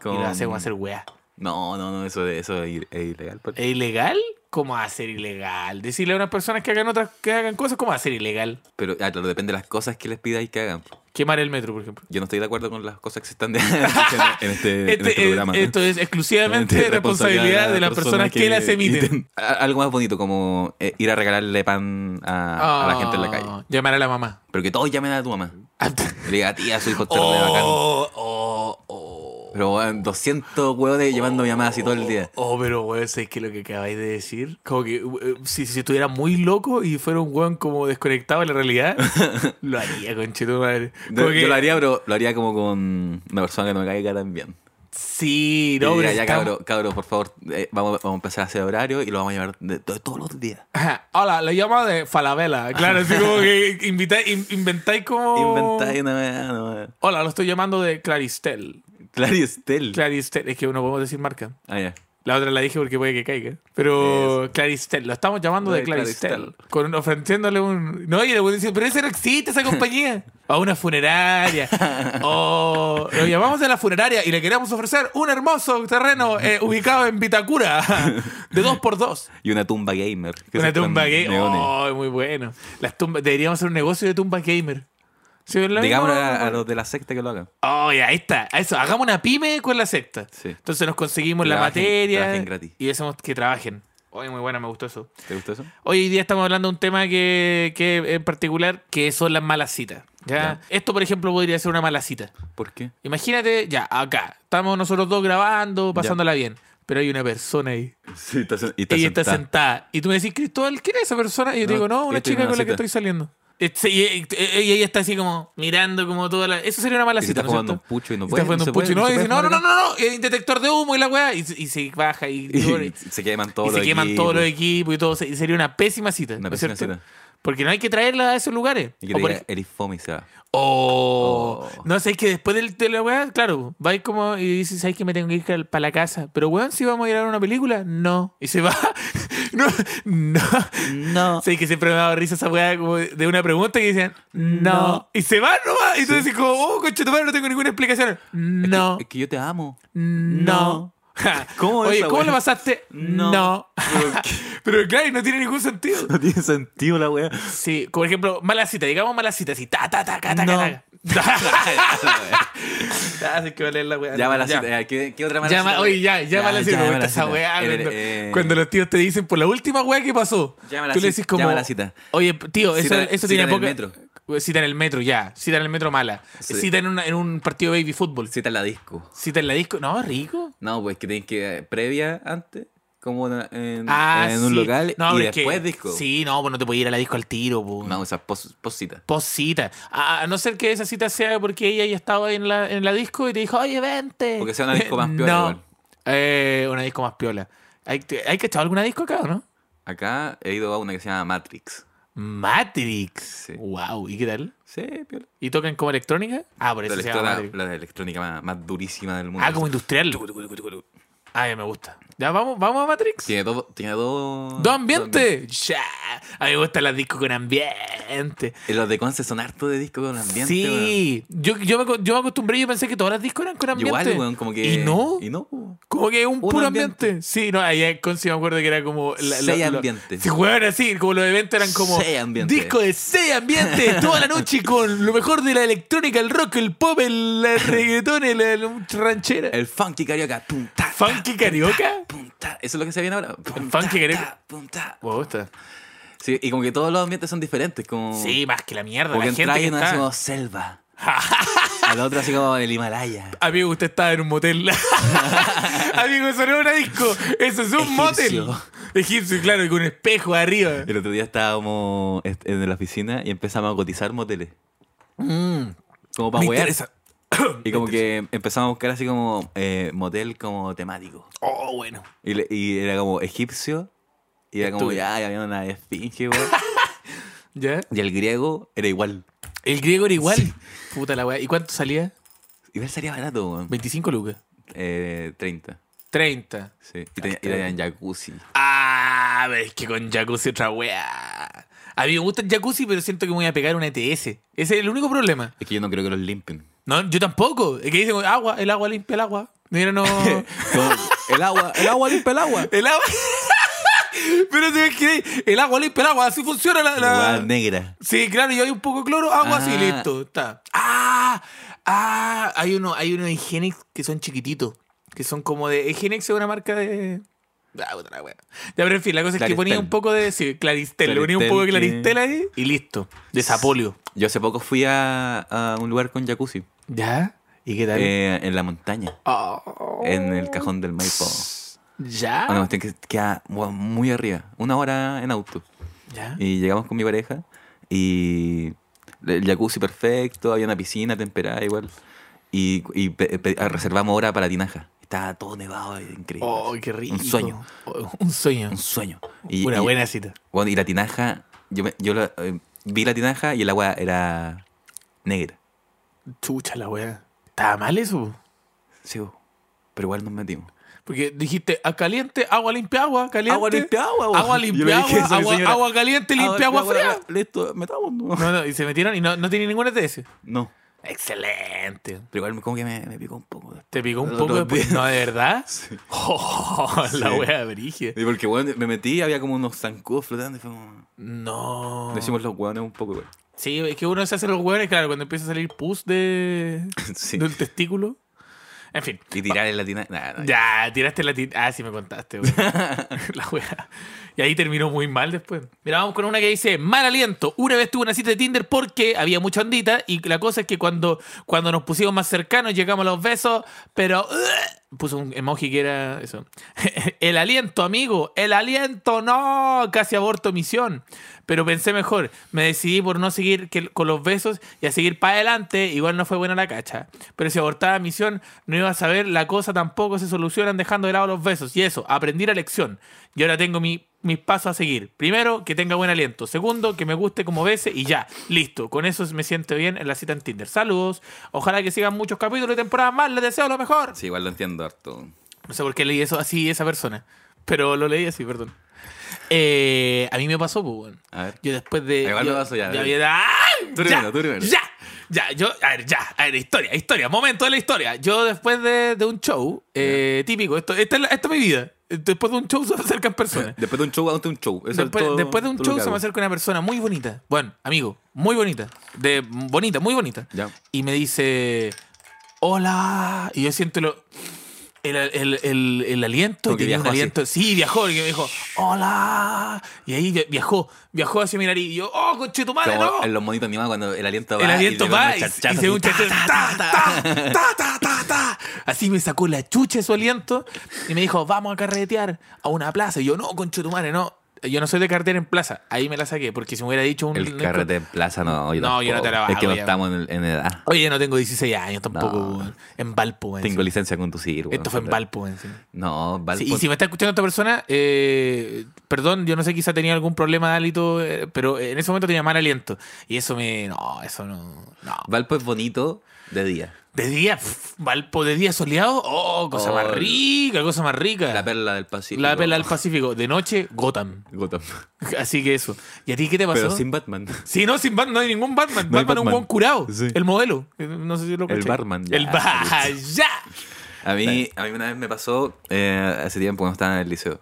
Speaker 3: Con-
Speaker 2: Y lo hacemos hacer Eh. weá.
Speaker 3: No, no, no, eso, eso es, ir- es ilegal. pues. porque-
Speaker 2: ¿Es ilegal? ¿Cómo va a ser ilegal? Decirle a unas personas que hagan otras, que hagan cosas, ¿cómo va a ser ilegal?
Speaker 3: Pero ah, claro, depende de las cosas que les pidáis que hagan.
Speaker 2: Quemar el metro, por ejemplo.
Speaker 3: Yo no estoy de acuerdo con las cosas que se están de- en, este, en
Speaker 2: Este-
Speaker 3: este programa.
Speaker 2: eh, esto es exclusivamente responsabilidad de las personas que, las emiten.
Speaker 3: A- Algo más bonito como eh, ir a regalarle pan a, a la gente en la calle.
Speaker 2: Ah, Llamar a la mamá.
Speaker 3: Pero que todos llamen a tu mamá. Y Le diga, tía, su hijo está re bacán.
Speaker 2: Oh, oh, oh.
Speaker 3: Pero weón, 200 hueones llamando llamadas así todo el día.
Speaker 2: Oh, pero weón, ¿sabes qué es lo que acabáis de decir? Como que eh, si, si estuviera muy loco y fuera un weón como desconectado de la realidad, lo haría, conchetumadre.
Speaker 3: Yo,
Speaker 2: Como que-
Speaker 3: yo lo haría, pero lo haría como con una persona que no me caiga tan bien.
Speaker 2: Sí,
Speaker 3: Y
Speaker 2: no,
Speaker 3: diría,
Speaker 2: pero
Speaker 3: ya,
Speaker 2: está-
Speaker 3: cabro, cabro, por favor, eh, vamos, vamos a empezar a hacer horario y lo vamos a llevar de, to- todos los días.
Speaker 2: Ajá. Hola, le llamo de Falabella. Claro, así como que invita- in- inventáis como.
Speaker 3: Inventáis una weá, no, weá.
Speaker 2: Hola, lo estoy llamando de Claristel.
Speaker 3: Claristel.
Speaker 2: Claristel, es que uno podemos decir marca.
Speaker 3: Ah, ya.
Speaker 2: La otra la dije porque puede que caiga. Pero Claristel, lo estamos llamando
Speaker 3: De
Speaker 2: de Claristel.
Speaker 3: Claristel.
Speaker 2: Con, ofreciéndole un. No, y le voy a decir, pero ese no existe, esa compañía. A una funeraria. o lo llamamos de la funeraria y le queremos ofrecer un hermoso terreno eh, ubicado en Vitacura de 2 por 2
Speaker 3: Y una tumba gamer. que
Speaker 2: Una
Speaker 3: se están
Speaker 2: tumba gamer.
Speaker 3: neones.
Speaker 2: Oh, muy bueno. Las tumbas, deberíamos hacer un negocio de tumbas gamer. ¿Sí, verdad?
Speaker 3: Digamos
Speaker 2: No,
Speaker 3: a,
Speaker 2: no,
Speaker 3: a
Speaker 2: no.
Speaker 3: los de la secta que lo hagan.
Speaker 2: Oh, ya, ahí está. A Eso, hagamos una pyme con la secta.
Speaker 3: Sí.
Speaker 2: Entonces nos conseguimos la
Speaker 3: Trabajen-
Speaker 2: materia
Speaker 3: trabajen gratis.
Speaker 2: y hacemos que trabajen. Oye, muy buena, me gustó eso.
Speaker 3: ¿Te gustó eso?
Speaker 2: Hoy día estamos hablando de un tema que, que en particular, que son las malas citas. ¿ya?
Speaker 3: Ya.
Speaker 2: Esto, por ejemplo, podría ser una mala cita.
Speaker 3: ¿Por qué?
Speaker 2: Imagínate, ya, acá, estamos nosotros dos grabando, pasándola bien, pero hay una persona ahí.
Speaker 3: Sí, está, sen- y
Speaker 2: Ella está
Speaker 3: sentada.
Speaker 2: sentada. Y tú me decís, Cristóbal, ¿quién es esa persona? Y yo te
Speaker 3: No,
Speaker 2: digo, no,
Speaker 3: yo
Speaker 2: una
Speaker 3: estoy en
Speaker 2: chica
Speaker 3: una
Speaker 2: con la que
Speaker 3: cita.
Speaker 2: estoy saliendo. Este, Y, y- y ella está así como mirando como toda la... Eso sería una mala
Speaker 3: Y se
Speaker 2: cita,
Speaker 3: está
Speaker 2: ¿no es
Speaker 3: jugando un
Speaker 2: cierto?
Speaker 3: pucho y no
Speaker 2: Y
Speaker 3: puede.
Speaker 2: está jugando
Speaker 3: se
Speaker 2: un pucho y
Speaker 3: puede,
Speaker 2: no, y
Speaker 3: se
Speaker 2: dice,
Speaker 3: puede
Speaker 2: no, no, no,
Speaker 3: marcar.
Speaker 2: no, no, el detector de humo y la weá. Y, se- y se baja y,
Speaker 3: Y,
Speaker 2: y
Speaker 3: se queman
Speaker 2: se
Speaker 3: todos los
Speaker 2: queman
Speaker 3: equipos.
Speaker 2: todos los equipos y todo. se- Y sería una pésima cita,
Speaker 3: Una
Speaker 2: ¿no es
Speaker 3: persona
Speaker 2: cierto?
Speaker 3: cita.
Speaker 2: Porque no hay que traerla a esos lugares.
Speaker 3: Y que
Speaker 2: O
Speaker 3: te
Speaker 2: por
Speaker 3: diga,
Speaker 2: ej-
Speaker 3: eres fome y se va.
Speaker 2: Oh.
Speaker 3: Oh.
Speaker 2: No, sabes que después del- de la weá, claro, vais como y dices, sabes que me tengo que ir para la casa. Pero weón, si vamos a ir a ver una película, no. Y se va. No, no.
Speaker 3: No.
Speaker 2: Sabes que siempre me ha dado risa esa weá como de una pregunta que decían, no.
Speaker 3: No.
Speaker 2: Y se va nomás. Y tú decís como, oh, coche, tu madre, no tengo ninguna explicación.
Speaker 3: Es que-
Speaker 2: No.
Speaker 3: Es que, yo te amo.
Speaker 2: No. Ja.
Speaker 3: ¿Cómo
Speaker 2: Oye,
Speaker 3: esa
Speaker 2: ¿cómo
Speaker 3: weá?
Speaker 2: lo pasaste?
Speaker 3: No.
Speaker 2: Pero claro, no tiene ningún sentido.
Speaker 3: No tiene sentido la wea.
Speaker 2: Sí, por ejemplo, mala cita, digamos mala cita, así, ta, ta, ta, ta, ta,
Speaker 3: No.
Speaker 2: ta. Ah, sí, que vale la weá.
Speaker 3: Llama a la
Speaker 2: Ya.
Speaker 3: cita. eh, ¿Qué, qué otra mala
Speaker 2: Llama,
Speaker 3: cita?
Speaker 2: oye, ya, llama a la cita. me
Speaker 3: llama a
Speaker 2: gusta
Speaker 3: la
Speaker 2: esa
Speaker 3: cita.
Speaker 2: weá,
Speaker 3: El-
Speaker 2: cuando,
Speaker 3: eh,
Speaker 2: cuando los tíos te dicen por la última weá que pasó,
Speaker 3: Llama a la
Speaker 2: tú le
Speaker 3: cita,
Speaker 2: decís como.
Speaker 3: llama a la cita.
Speaker 2: Oye, tío, eso,
Speaker 3: Cita-
Speaker 2: eso
Speaker 3: cita
Speaker 2: tiene
Speaker 3: en el
Speaker 2: poca.
Speaker 3: metro.
Speaker 2: Cita en el metro, ya. Cita en el metro mala.
Speaker 3: Sí.
Speaker 2: Cita en, una- en un partido de baby fútbol.
Speaker 3: Cita en la disco.
Speaker 2: Cita en la disco. No, rico.
Speaker 3: No, pues que tienes que eh, previa antes, como en, en-
Speaker 2: Ah,
Speaker 3: en un
Speaker 2: sí.
Speaker 3: local
Speaker 2: No,
Speaker 3: y
Speaker 2: pero es que-
Speaker 3: después disco.
Speaker 2: Sí, no, pues no te puedes ir a la disco al tiro, po.
Speaker 3: No, o sea, pos, poscita.
Speaker 2: Poscita. A, a no ser que esa cita sea porque ella ya estaba ahí en la, en la disco y te dijo, oye, vente.
Speaker 3: Porque sea una disco más piola
Speaker 2: No.
Speaker 3: igual.
Speaker 2: Eh, una disco más piola. ¿Hay, te- hay que echar alguna disco acá o no?
Speaker 3: Acá he ido a una que se llama Matrix.
Speaker 2: Matrix.
Speaker 3: Sí.
Speaker 2: Wow, ¿y qué tal?
Speaker 3: Sí, piola.
Speaker 2: ¿Y tocan como electrónica? Ah, por
Speaker 3: La,
Speaker 2: eso se
Speaker 3: electro-
Speaker 2: llama
Speaker 3: la-
Speaker 2: Matrix.
Speaker 3: la electrónica más, más durísima del mundo.
Speaker 2: Ah, como industrial. Ah, ya me gusta. Ya, vamos, vamos a Matrix.
Speaker 3: Tiene dos. Tiene dos.
Speaker 2: ¿Dos ambiente? Ya. A mí me gustan las discos con ambiente.
Speaker 3: Y los de Conce son harto de disco con ambiente. weón.
Speaker 2: Sí, yo, yo, me, ac- yo me acostumbré, yo pensé que todas las discos eran con ambiente.
Speaker 3: Igual, weón, como que.
Speaker 2: Y no,
Speaker 3: Y no. weón.
Speaker 2: como que un,
Speaker 3: Un
Speaker 2: puro ambiente.
Speaker 3: ambiente.
Speaker 2: Sí, no, allá en Conce me acuerdo que era como.
Speaker 3: Seis ambientes.
Speaker 2: Sí, weón, así, como los eventos eran como.
Speaker 3: Seis ambientes.
Speaker 2: Disco de seis ambientes toda la noche con lo mejor de la electrónica, el rock, el pop, el, el reggaetón, el, el ranchera.
Speaker 3: El funky carioca. Pum, ta, ta,
Speaker 2: ¿Funky
Speaker 3: pum,
Speaker 2: carioca?
Speaker 3: ta, pum, ta. Eso es lo que se viene ahora. Pum,
Speaker 2: El funky
Speaker 3: ta,
Speaker 2: carioca.
Speaker 3: ta, pum, ta.
Speaker 2: Me gusta.
Speaker 3: Sí, y como que todos los ambientes son diferentes. Como,
Speaker 2: Sí, más que la mierda.
Speaker 3: Porque
Speaker 2: la gente
Speaker 3: entra
Speaker 2: que
Speaker 3: y una
Speaker 2: está-
Speaker 3: así como selva. Al otro así como el Himalaya.
Speaker 2: Amigo, usted estaba en un motel. Amigo, eso no es una disco. Eso es un
Speaker 3: Egipcio.
Speaker 2: motel. Egipcio, claro, y con un espejo arriba.
Speaker 3: El otro día estábamos est- en la oficina y empezamos a cotizar moteles. Como para
Speaker 2: Mm. Me
Speaker 3: huear.
Speaker 2: interesa.
Speaker 3: Y como que empezamos a buscar así como eh, motel como temático.
Speaker 2: Oh, bueno.
Speaker 3: Y, le- y era como egipcio. Y era como
Speaker 2: Estudio.
Speaker 3: ya, ya había una esfinge, weón.
Speaker 2: ¿Ya?
Speaker 3: Y el griego era igual.
Speaker 2: El griego era igual. Puta la weá. ¿Y cuánto salía?
Speaker 3: Igual salía barato, weón.
Speaker 2: 25 lucas.
Speaker 3: Eh, 30.
Speaker 2: 30.
Speaker 3: Sí. Y tenía- y tenían jacuzzi.
Speaker 2: Ah, pero es que con jacuzzi otra weá. A mí me gusta el jacuzzi, pero siento que me voy a pegar una ETS. Ese es el único problema.
Speaker 3: Es que yo no creo que los limpen.
Speaker 2: No, yo tampoco. Es que dicen agua, el agua limpia el agua. Mira, no.
Speaker 3: Como, el agua, el agua limpia el agua.
Speaker 2: el agua. pero te imaginas, el agua limpia el agua. Así funciona la. la-
Speaker 3: Agua negra.
Speaker 2: Sí, claro, y hay un poco de cloro, agua así,
Speaker 3: Ah.
Speaker 2: listo, está. Ah, ah, hay uno, hay unos Higienix que son chiquititos, que son como de Higienix es una marca de Ah, puta la wea. Ya, pero en fin, la cosa es que
Speaker 3: Claristel.
Speaker 2: ponía un poco de sí, Claristel, le ponía un
Speaker 3: Claristel
Speaker 2: poco de
Speaker 3: que-
Speaker 2: Claristel ahí y listo, de Sapolio.
Speaker 3: Yo hace poco fui a, a un lugar con jacuzzi.
Speaker 2: ¿Ya? ¿Y qué tal?
Speaker 3: eh, en la montaña.
Speaker 2: Oh,
Speaker 3: En el cajón del Maipo.
Speaker 2: ¿Ya?
Speaker 3: Una cuestión que queda mu- muy arriba. Una hora en auto.
Speaker 2: ¿Ya?
Speaker 3: Y llegamos con mi pareja y el jacuzzi perfecto, había una piscina temperada igual. y, y pe- pe- reservamos hora para Tinaja. Estaba todo nevado, eh, increíble.
Speaker 2: Oh, qué rico.
Speaker 3: sueño.
Speaker 2: Oh, un sueño.
Speaker 3: Un sueño. Y,
Speaker 2: Una
Speaker 3: y-
Speaker 2: buena cita.
Speaker 3: bueno, y la Tinaja, yo, me- yo la, eh, vi la Tinaja y el agua era negra.
Speaker 2: Chucha la wea. ¿Estaba mal eso?
Speaker 3: Sí, bo. pero igual nos metimos.
Speaker 2: Porque dijiste a caliente, agua limpia, agua caliente.
Speaker 3: Agua limpia, agua, bo.
Speaker 2: Agua
Speaker 3: Yo le
Speaker 2: limpia,
Speaker 3: dije
Speaker 2: agua,
Speaker 3: eso a mi
Speaker 2: agua,
Speaker 3: señora.
Speaker 2: agua caliente, limpia, agua, fría.
Speaker 3: Ah, Listo, metamos. No.
Speaker 2: No, no, y se metieron y no, no tiene ninguna TS.
Speaker 3: No,
Speaker 2: Excelente.
Speaker 3: pero igual como que me, me picó un poco.
Speaker 2: Te picó un
Speaker 3: Los
Speaker 2: poco
Speaker 3: dos
Speaker 2: después.
Speaker 3: días.
Speaker 2: No, de verdad.
Speaker 3: Sí.
Speaker 2: Oh, la
Speaker 3: Sí.
Speaker 2: wea brigia.
Speaker 3: Y porque bueno, me metí y había como unos zancudos flotando y fue como...
Speaker 2: No.
Speaker 3: Le hicimos los hueones un poco, güey.
Speaker 2: Sí, es que uno se hace los hueones, claro, cuando empieza a salir pus de
Speaker 3: Sí.
Speaker 2: del testículo. En fin.
Speaker 3: Y tirar en la tina. Nah, nah,
Speaker 2: Ya, tiraste la tit- Ah, sí me contaste, güey. La wea. Y ahí terminó muy mal después. Mira, vamos con una que dice, mal aliento. Una vez tuve una cita de Tinder porque había mucha ondita y la cosa es que cuando, cuando nos pusimos más cercanos llegamos a los besos, pero... ¡Ugh! puso un emoji que era eso. el aliento, amigo. El aliento, no. Casi aborto misión. Pero pensé mejor. Me decidí por no seguir que- con los besos y a seguir para adelante. Igual no fue buena la cacha. Pero si abortaba misión, no iba a saber. La cosa tampoco se solucionan dejando de lado los besos. Y eso, aprendí la lección. Y ahora tengo mi, mis pasos a seguir. Primero, que tenga buen aliento. Segundo, que me guste como bese y ya. Listo. Con eso me siento bien en la cita en Tinder. Saludos. Ojalá que sigan muchos capítulos y temporadas más. Les deseo lo mejor.
Speaker 3: Sí, igual lo entiendo harto.
Speaker 2: No sé por qué leí eso así esa persona. Pero lo leí así, perdón. Eh, a mí me pasó, pues, weón.
Speaker 3: A ver.
Speaker 2: Yo después de.
Speaker 3: Igual
Speaker 2: yo,
Speaker 3: me pasó ya,
Speaker 2: yo
Speaker 3: a ver.
Speaker 2: había- ¡Ah! ya,
Speaker 3: Tú primero, tú primero.
Speaker 2: ya, ya, yo, a ver, ya, a ver, historia, historia, momento de la historia. Yo después de, de un show, eh, típico, esto, esta, es la- esta es mi vida. Después de un show se me acercan personas.
Speaker 3: Después de un show, antes de un show. Eso es
Speaker 2: Después,
Speaker 3: todo-
Speaker 2: después de un
Speaker 3: todo lo
Speaker 2: show
Speaker 3: que
Speaker 2: se me
Speaker 3: hago.
Speaker 2: acerca una persona muy bonita. Bueno, amigo, muy bonita. De, bonita, muy bonita.
Speaker 3: Ya.
Speaker 2: Y me dice, hola. Y yo siento lo- el, el- el- el aliento.
Speaker 3: Como que
Speaker 2: tenía un
Speaker 3: viajó así.
Speaker 2: aliento. Sí, viajó. Y me dijo, hola. Y ahí vi- viajó, viajó hacia mi nariz. Y yo, oh, coche tu madre,
Speaker 3: Como
Speaker 2: no.
Speaker 3: en los monitos animados cuando el aliento va.
Speaker 2: El aliento
Speaker 3: y le
Speaker 2: va
Speaker 3: ponen
Speaker 2: y,
Speaker 3: chachazo
Speaker 2: y
Speaker 3: así,
Speaker 2: se un
Speaker 3: ta,
Speaker 2: chachazo,
Speaker 3: ta,
Speaker 2: ta,
Speaker 3: ta,
Speaker 2: ta, ta, ta, ta, ta. Así me sacó la chucha de su aliento y me dijo, vamos a carretear a una plaza. Y yo, no, concho tu madre, no. Yo no soy de carretear en plaza. Ahí me la saqué, porque si me hubiera dicho un...
Speaker 3: El carrete en plaza, no. Yo
Speaker 2: No, yo no
Speaker 3: tampoco.
Speaker 2: te la
Speaker 3: Es que no
Speaker 2: hago, ya.
Speaker 3: estamos en, el- en edad.
Speaker 2: Oye, no tengo 16 años tampoco,
Speaker 3: No.
Speaker 2: weón. En Valpo, weón.
Speaker 3: Tengo licencia con tu sir,
Speaker 2: Esto fue en Valpo, weón, sí.
Speaker 3: No, Valpo.
Speaker 2: Sí, y si me está escuchando esta persona, eh, perdón, yo no sé, quizá tenía algún problema de hálito, eh, pero en ese momento tenía mal aliento. Y eso me... No, eso no... No.
Speaker 3: Valpo es bonito de día.
Speaker 2: De día, pf, Valpo de día soleado, oh, cosa
Speaker 3: Oh,
Speaker 2: más rica, cosa más rica.
Speaker 3: La perla del Pacífico.
Speaker 2: La perla del Pacífico. De noche, Gotham.
Speaker 3: Gotham.
Speaker 2: Así que eso. ¿Y a ti qué te pasó?
Speaker 3: Pero sin Batman.
Speaker 2: Sí, no, sin Batman, no hay ningún Batman.
Speaker 3: No hay
Speaker 2: Batman es un
Speaker 3: Batman.
Speaker 2: buen curado.
Speaker 3: Sí.
Speaker 2: El modelo. Eh, No sé si lo
Speaker 3: El
Speaker 2: caché.
Speaker 3: barman, ya.
Speaker 2: El ba- ya.
Speaker 3: A mí, a mí una vez me pasó, eh, hace tiempo cuando estaba en el liceo,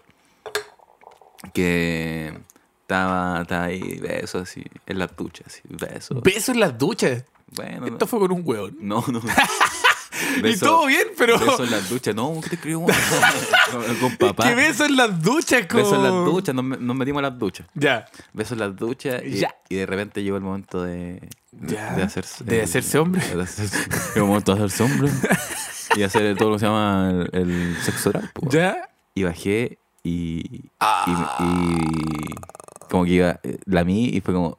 Speaker 3: que estaba, estaba ahí, besos así, en la ducha, así, besos.
Speaker 2: Besos en las duchas.
Speaker 3: bueno,
Speaker 2: Esto fue con un hueón.
Speaker 3: no, no.
Speaker 2: Y todo bien, pero.
Speaker 3: Besos en la ducha, no, ¿qué te escribo? con, con papá.
Speaker 2: ¿Qué besos en las duchas, como?
Speaker 3: Besos en la ducha, nos, me- nos metimos a las duchas.
Speaker 2: Ya.
Speaker 3: Besos en las duchas y,
Speaker 2: Ya.
Speaker 3: y de repente llegó el momento de,
Speaker 2: Ya.
Speaker 3: de hacerse
Speaker 2: De hacerse hombre.
Speaker 3: de hacerse- Llegó el momento de hacerse hombre y hacer todo lo que se llama el, el sexo oral. po.
Speaker 2: Ya.
Speaker 3: y bajé y,
Speaker 2: Ah.
Speaker 3: y, y como que iba, eh, la mí y fue como,